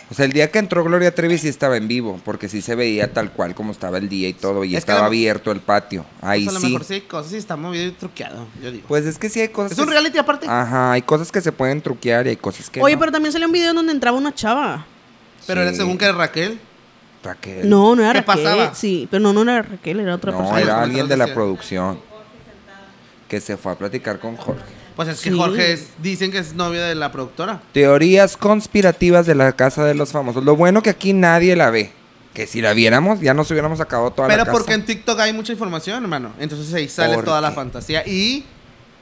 o sea, el día que entró Gloria Trevi sí estaba en vivo, porque sí se veía tal cual como estaba el día y todo, y
Es que a
estaba
lo-
abierto el patio. Ahí
Pues a lo
sí.
mejor sí hay cosas y está movido y truqueado, yo digo.
Pues es que sí hay cosas.
es un
que-
reality aparte.
Ajá, hay cosas que se pueden truquear y hay cosas que
Oye,
ah, no.
pero también salió un video en donde entraba una chava.
Pero era
Sí.
según que Raquel.
Raquel.
No, no era
¿Qué
Raquel.
pasaba?
Sí, pero no, no era Raquel, era otra
No,
persona.
era
Los
alguien de la
contratos
producción que se fue a platicar con Jorge.
Pues es que
Sí.
Jorge es- dicen que es novio de la productora.
Teorías conspirativas de la casa de los famosos. Lo bueno que aquí nadie la ve. Que si la viéramos, ya nos hubiéramos acabado toda la
Pero
casa.
porque en TikTok hay mucha información, hermano. Entonces ahí sale
¿Por
toda la
qué?
fantasía. Y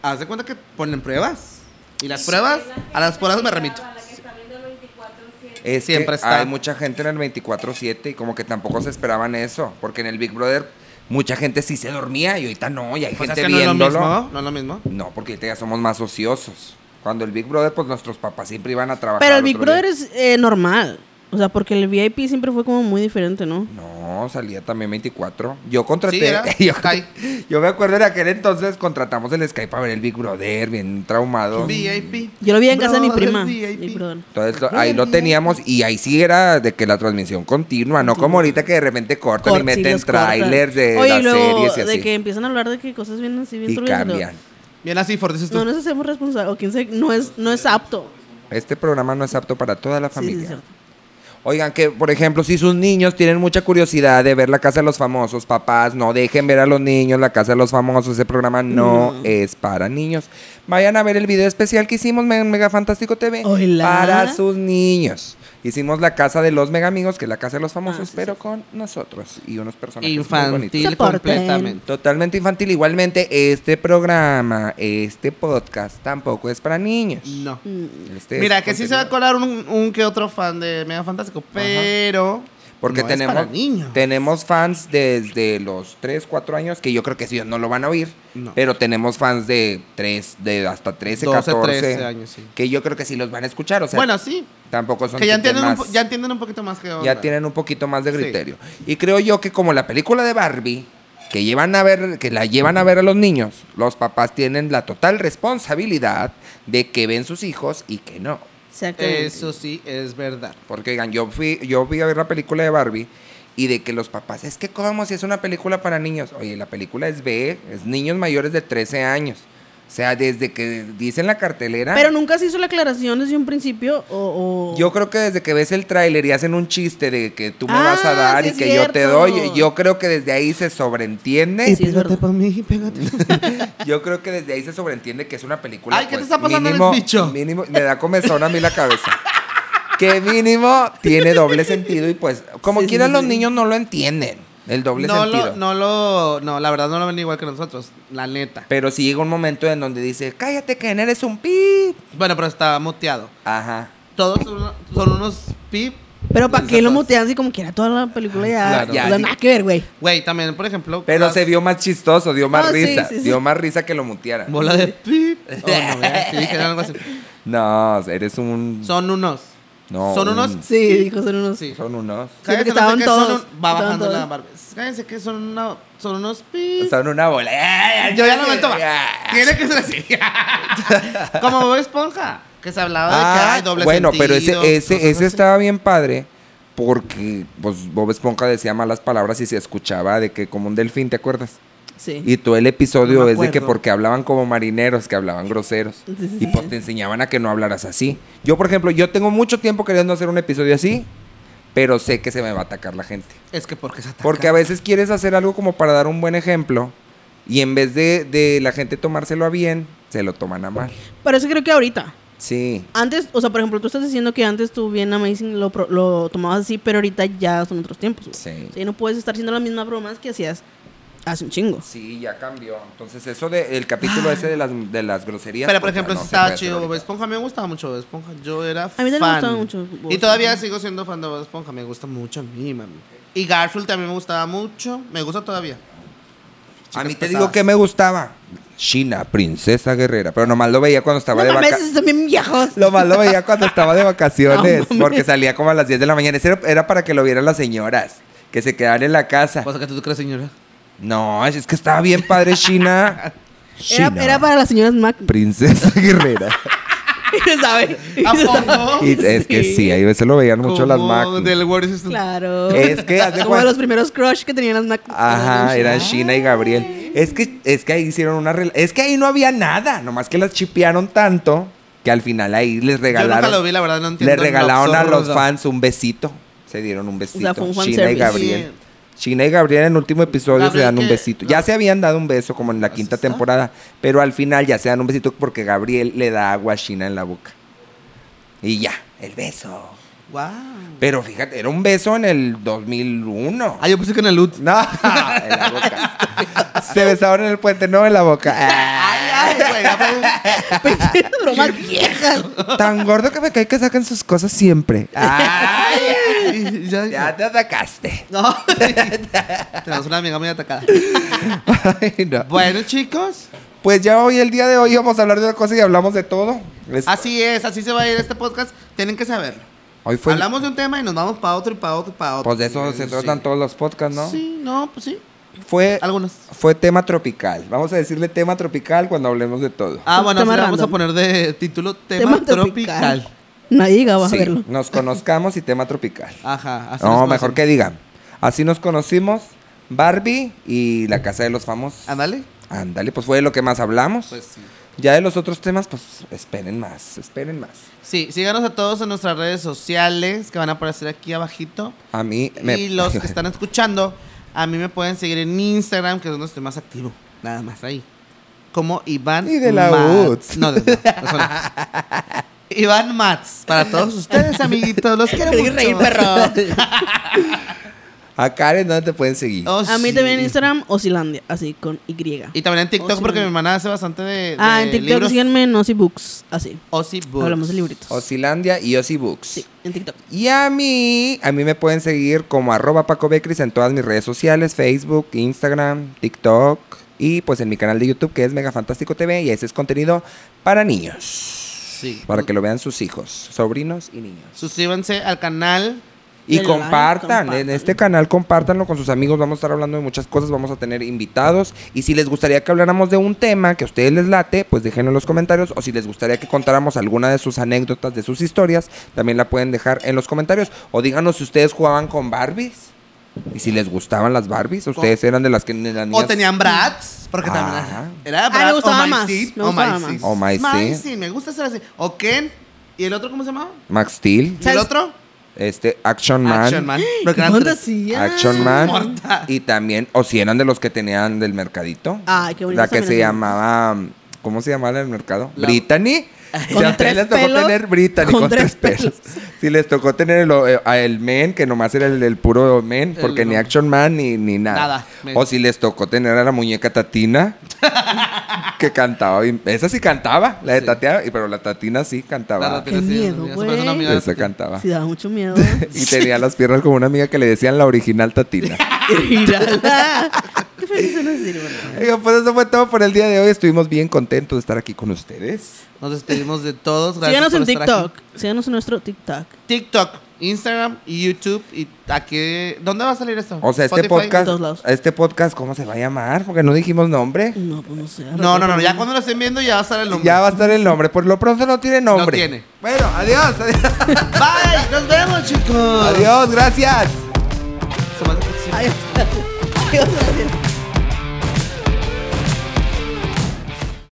haz de cuenta que ponen pruebas. Y las pruebas, a las pruebas me remito.
A la que está viendo el 24-7.
Es que
Siempre está.
hay mucha gente en el 24-7 y como que tampoco se esperaban eso. Porque en el Big Brother mucha gente sí se dormía y ahorita no. Y hay
Pues es
gente
que no es lo
viéndolo.
mismo. No es lo mismo.
No, porque ahorita ya somos más ociosos. Cuando el Big Brother, pues nuestros papás siempre iban a trabajar.
Pero el
al
Big
otro día.
Brother es eh, normal. O sea, porque el VIP siempre fue como muy diferente, ¿no?
No, salía también 24. Yo contraté.
Sí, era
yo,
Sky.
yo me acuerdo en aquel entonces contratamos el Skype para ver el Big Brother, bien traumado.
VIP.
Yo lo vi en casa de mi
Brother
prima.
VIP.
Big Brother.
Entonces lo- ahí lo teníamos y ahí sí era de que la transmisión continua, no como ahorita que de repente cortan y
Cor- sí,
meten
los cortan.
trailers de
Oye, y
las
luego
series y así.
de que empiezan a hablar de que cosas vienen así bien
y
turbias, pero
cambian.
Bien así, Ford, dices tú.
No nos hacemos responsables. O quién sabe, no es, no es apto.
Este programa no es apto para toda la
Sí, sí,
familia.
es cierto.
Oigan, que por ejemplo, si sus niños tienen mucha curiosidad de ver la casa de los famosos, papás, no dejen ver a los niños la casa de los famosos. Ese programa no,
No.
es para niños. Vayan a ver el video especial que hicimos en Mega Fantástico TV
Hola.
para sus niños. Hicimos la casa de los mega amigos, que es la casa de los famosos,
sí,
pero con nosotros y unos personajes muy bonitos.
Ah, Infantil
Se porten.
completamente.
Totalmente infantil. Igualmente, este programa, este podcast, tampoco es para niños.
No.
Mm,
Este es
Mira, que sí se va a
contenido-
colar un, un que otro fan de Mega Fantástico, pero.
Porque
no es
tenemos,
para niños.
tenemos fans desde los 3, 4 años, que yo creo que sí, no lo van a oír,
No.
pero tenemos fans de 3, de hasta 13,
12,
14,
13 años, sí.
que yo creo que sí los van a escuchar. O sea,
bueno, sí.
tampoco son
Que ya
chicos
entienden, un,
más-
po- ya entienden un poquito más que onda.
ya tienen un poquito más de
Sí.
criterio. Y creo yo que como la película de Barbie, que llevan a ver, que la llevan a ver a los niños, los papás tienen la total responsabilidad de que ven sus hijos y que no.
Eh,
Exactamente.
Eso sí es verdad.
Porque oigan, yo fui, yo fui a ver la película de Barbie y de que los papás, es que cómo si es una película para niños. Oye, la película es B, es niños mayores de 13 años. O sea, desde que dicen la cartelera.
Pero nunca se hizo la aclaración desde un principio o... o-
Ah. Yo creo que desde que ves el tráiler y hacen un chiste de que tú me vas a
Ah,
dar
sí
y
es
que yo te
cierto.
doy, yo creo que desde ahí se sobreentiende.
Sí, es verdad.
para mí, pégate.
Yo creo que desde ahí se sobreentiende que es una película.
Ay, ¿qué te
pues,
está pasando en el
mínimo,
bicho?
Mínimo, me da comezón a mí la cabeza. que mínimo tiene doble sentido y pues, como
Sí,
quieran
sí,
los
sí.
niños no lo entienden, el doble
No
sentido.
lo, no lo. No, la verdad no lo ven igual que nosotros. La neta.
Pero si llega un momento en donde dice, cállate que eres un pip.
Bueno, pero está muteado.
Ajá.
Todos son, son unos pip.
Pero ¿para qué lo
Zapas.
mutean si como quiera toda la película ya?
Ah, Claro.
o
Ya,
sea,
di-
nada que ver, güey.
Güey, también, por ejemplo.
Pero
las
se vio más chistoso, dio más
Ah, sí,
risa.
sí, sí.
Dio más risa que lo mutearan.
Bola de pip. Oh, no, ¿verdad? Sí, dijeron algo así.
No, eres un.
Son unos.
No,
son unos.
un-
Sí, dijo, son unos...
Sí.
Son unos.
Cállense,
que
no sé
estaban
qué son
todos,
un- va
estaban
bajando
todos.
la barba. Cállense que son una. Son unos pip.
Son una bola.
Yo ya lo meto más.
Ah.
Tiene que ser así. Como Bob Esponja. Que se hablaba de que
Ah,
hay doble
bueno, pero
sentido,
ese, ese,
cosas
ese
así.
estaba bien padre porque pues, Bob Esponja decía malas palabras y se escuchaba de que como un delfín, ¿te acuerdas?
Sí.
Y todo el episodio
No me
es de que
acuerdo.
porque hablaban como marineros, que hablaban groseros.
Sí, sí,
y
sí,
pues
sí.
te enseñaban a que no hablaras así. Yo, por ejemplo, yo tengo mucho tiempo queriendo hacer un episodio así, pero sé que se me va a atacar la gente.
Es que porque se ataca.
Porque a veces quieres hacer algo como para dar un buen ejemplo y en vez de, de la gente tomárselo a bien, se lo toman a mal.
Pero eso creo que ahorita.
Sí.
Antes, o sea, por ejemplo, tú estás diciendo que antes tú bien Amazing lo, pro- lo tomabas así, pero ahorita ya son otros tiempos. güey.
Sí.
O sea, no puedes estar haciendo las mismas bromas que hacías hace un chingo.
Sí, ya cambió. Entonces, eso del capítulo ese de las, de las groserías.
Pero por
pues, ya
ejemplo,
no
sí
se
estaba
puede hacer
chido Bob
ahorita.
Esponja. A mí me gustaba mucho Bob Esponja. Yo era fan.
también me gustaba mucho Bob
Y todavía
Esponja.
sigo siendo fan de Bob Esponja. Me gusta mucho a mí, mami. Y Garfield también me gustaba mucho. Me gusta todavía.
A mí te
Chicas
digo
pesadas.
que me gustaba. China, princesa guerrera. Pero nomás lo veía cuando estaba
No
de
mames,
vacaciones.
esos están bien viejos.
Lo más lo veía cuando estaba de vacaciones.
No mames.
porque salía como a las 10 de la mañana. Ese era, era para que lo vieran las señoras. Que se quedaran en la casa.
¿Pasa que tú crees, señora?
No, es que estaba bien padre China.
Era,
China,
era para las señoras Mac.
princesa guerrera.
Y sabe.
¿A poco?
Y es que sí, ahí se lo veían mucho las
Como
Mac.
Del Word System.
Claro.
Es que, haz de
Como
cuenta-
de los primeros crush que tenían las Mac.
Ajá, eran
Ay.
Sheena y Gabriel. Es que, es que ahí hicieron una... rela- Es que ahí no había nada, nomás que las chipearon tanto que al final ahí les
Yo
regalaron...
nunca lo vi, la verdad, no entiendo.
le regalaron a los
absurdo.
fans un besito. Se dieron un besito.
sea, fue un fan
Sheena y
service.
Gabriel. Sheena y Gabriel en el último episodio
Gabriel
se dan un
que-
besito. Ya
Gab-
se habían dado un beso como en la
¿Así
quinta
está?
temporada, pero al final ya se dan un besito porque Gabriel le da agua a Sheena en la boca. Y ya, el beso.
Wow.
Pero fíjate, era un beso en el 2001.
Ah, yo pensé que en el LUT.
No, en la boca. Se besaron en el puente, no en la boca. Ah,
Ay, ay, güey. ya fue-
Bromas viejas.
Tan gordo que me cae que sacan sus cosas siempre. Ah,
Ay, ya,
ya te atacaste.
No. Tenemos una amiga muy atacada.
Ay, no.
Bueno, chicos.
Pues ya hoy, el día de hoy, vamos a hablar de una cosa y hablamos de todo. Es-
Así es, así se va a ir este podcast. Tienen que saberlo.
hoy fue.
Hablamos de un tema y nos vamos para otro y para otro y para otro.
Pues de eso se
Sí.
tratan todos los podcasts, ¿no? Eh,
Sí, no, pues sí.
Fue,
Algunos.
fue tema tropical. Vamos a decirle tema tropical cuando hablemos de todo.
Ah, bueno,
Tema
así le vamos a
random.
poner de título tema, tropical.
Nadie llegaba
Sí,
a verlo.
nos conozcamos y tema tropical.
Ajá. así
No,
nos
mejor
conocen.
que digan. Así nos conocimos, Barbie y la casa de los famosos.
Ándale.
Ándale, pues fue de lo que más hablamos.
Pues sí.
Ya de los otros temas, pues esperen más, esperen más.
Sí, síganos a todos en nuestras redes sociales que van a aparecer aquí abajito.
A mí
Y los que están escuchando, a mí me pueden seguir en Instagram, que es donde estoy más activo. Nada más ahí. Como Iván
Y de la
Mats.
UTS.
No, de- no, eso no. Iván Mats. Para todos ustedes, amiguitos. Los quiero mucho.
reír, perro.
A Karen, ¿dónde te pueden seguir?
Oh,
A mí
sí.
también en Instagram, Osilandia, así con Y.
Y también en TikTok,
Oh, sí,
porque mi
man.
hermana hace bastante de,
ah,
de
en TikTok
libros.
síganme en Ozzy Books, así.
Ozzy Books.
Hablamos de libritos.
Oh, Osilandia y Ozzy Books.
Sí, en TikTok.
Y a mí, a mí me pueden seguir como arroba Paco Becris en todas mis redes sociales, Facebook, Instagram, TikTok y pues en mi canal de YouTube que es Mega Fantástico TV y ese es contenido para niños,
Sí.
para que lo vean sus hijos, sobrinos y niños.
Suscríbanse al canal.
Y
Denle like,
compartan, en
compartan.
este canal compártanlo con sus amigos, vamos a estar hablando de muchas cosas, vamos a tener invitados y si les gustaría que habláramos de un tema que a ustedes les late, pues déjenlo en los comentarios o si les gustaría que contáramos alguna de sus anécdotas, de sus historias, también la pueden dejar en los comentarios o díganos si ustedes jugaban con Barbies y si les gustaban las Barbies, ustedes eran de las que de las niñas
O tenían Bratz, porque
Ajá.
también era
Ah,
Bratz.
me gustaba
o My
más,
Sid,
me
o
gustaba
My
más.
Sid.
O My Sid.
me gusta hacer así. O Ken. ¿Y el otro cómo se llamaba?
Max Steel,
¿Y el otro?
este Action Man,
Action Ah, Man. Porque eran tres.
Fantasía.
Ah, Action Man
Mortal.
y también o si eran de los que tenían del mercadito.
Ay, qué bonito.
La que se llamaba. mm, ¿Cómo se llamaba en el mercado?
La-
Brittany.
Con
si a ustedes
tres
les tocó
pelos,
tener Brittany con, tres pelos. Si les tocó tener el, eh, a el men, que nomás era el, el puro men, porque
El-
ni Action Man ni, ni nada.
Nada. Me-
O si les tocó tener a la muñeca Tatina, que cantaba. bien- Esa sí cantaba, la de
Sí.
Tatea, y- pero la Tatina sí
La
cantaba.
rapera, sí,
miedo,
se parece a una amiga de
Esa
ti.
cantaba.
Sí, da mucho miedo.
Y tenía las piernas como una amiga que le decían la original Tatina.
Mírala. Qué feliz no sirve.
Oiga, pues eso fue todo por el día de hoy. Estuvimos bien contentos de estar aquí con ustedes.
Nos despedimos de todos. Gracias
Síganos
por
en
estar
TikTok.
aquí.
Síganos en nuestro TikTok.
TikTok, Instagram, y YouTube y aquí. ¿Dónde va a salir esto?
O sea, este
Spotify.
podcast,
todos lados.
este podcast, ¿cómo se va a llamar? Porque no dijimos nombre.
No, pues no sé.
No, no, no. Ya cuando lo estén viendo ya va a estar el nombre.
Ya va a estar el nombre. Por lo pronto no tiene nombre.
No tiene.
Bueno, adiós. Adiós,
Bye. Nos vemos, chicos.
adiós gracias.
Se me hace que sí.
Ay, Dios, gracias.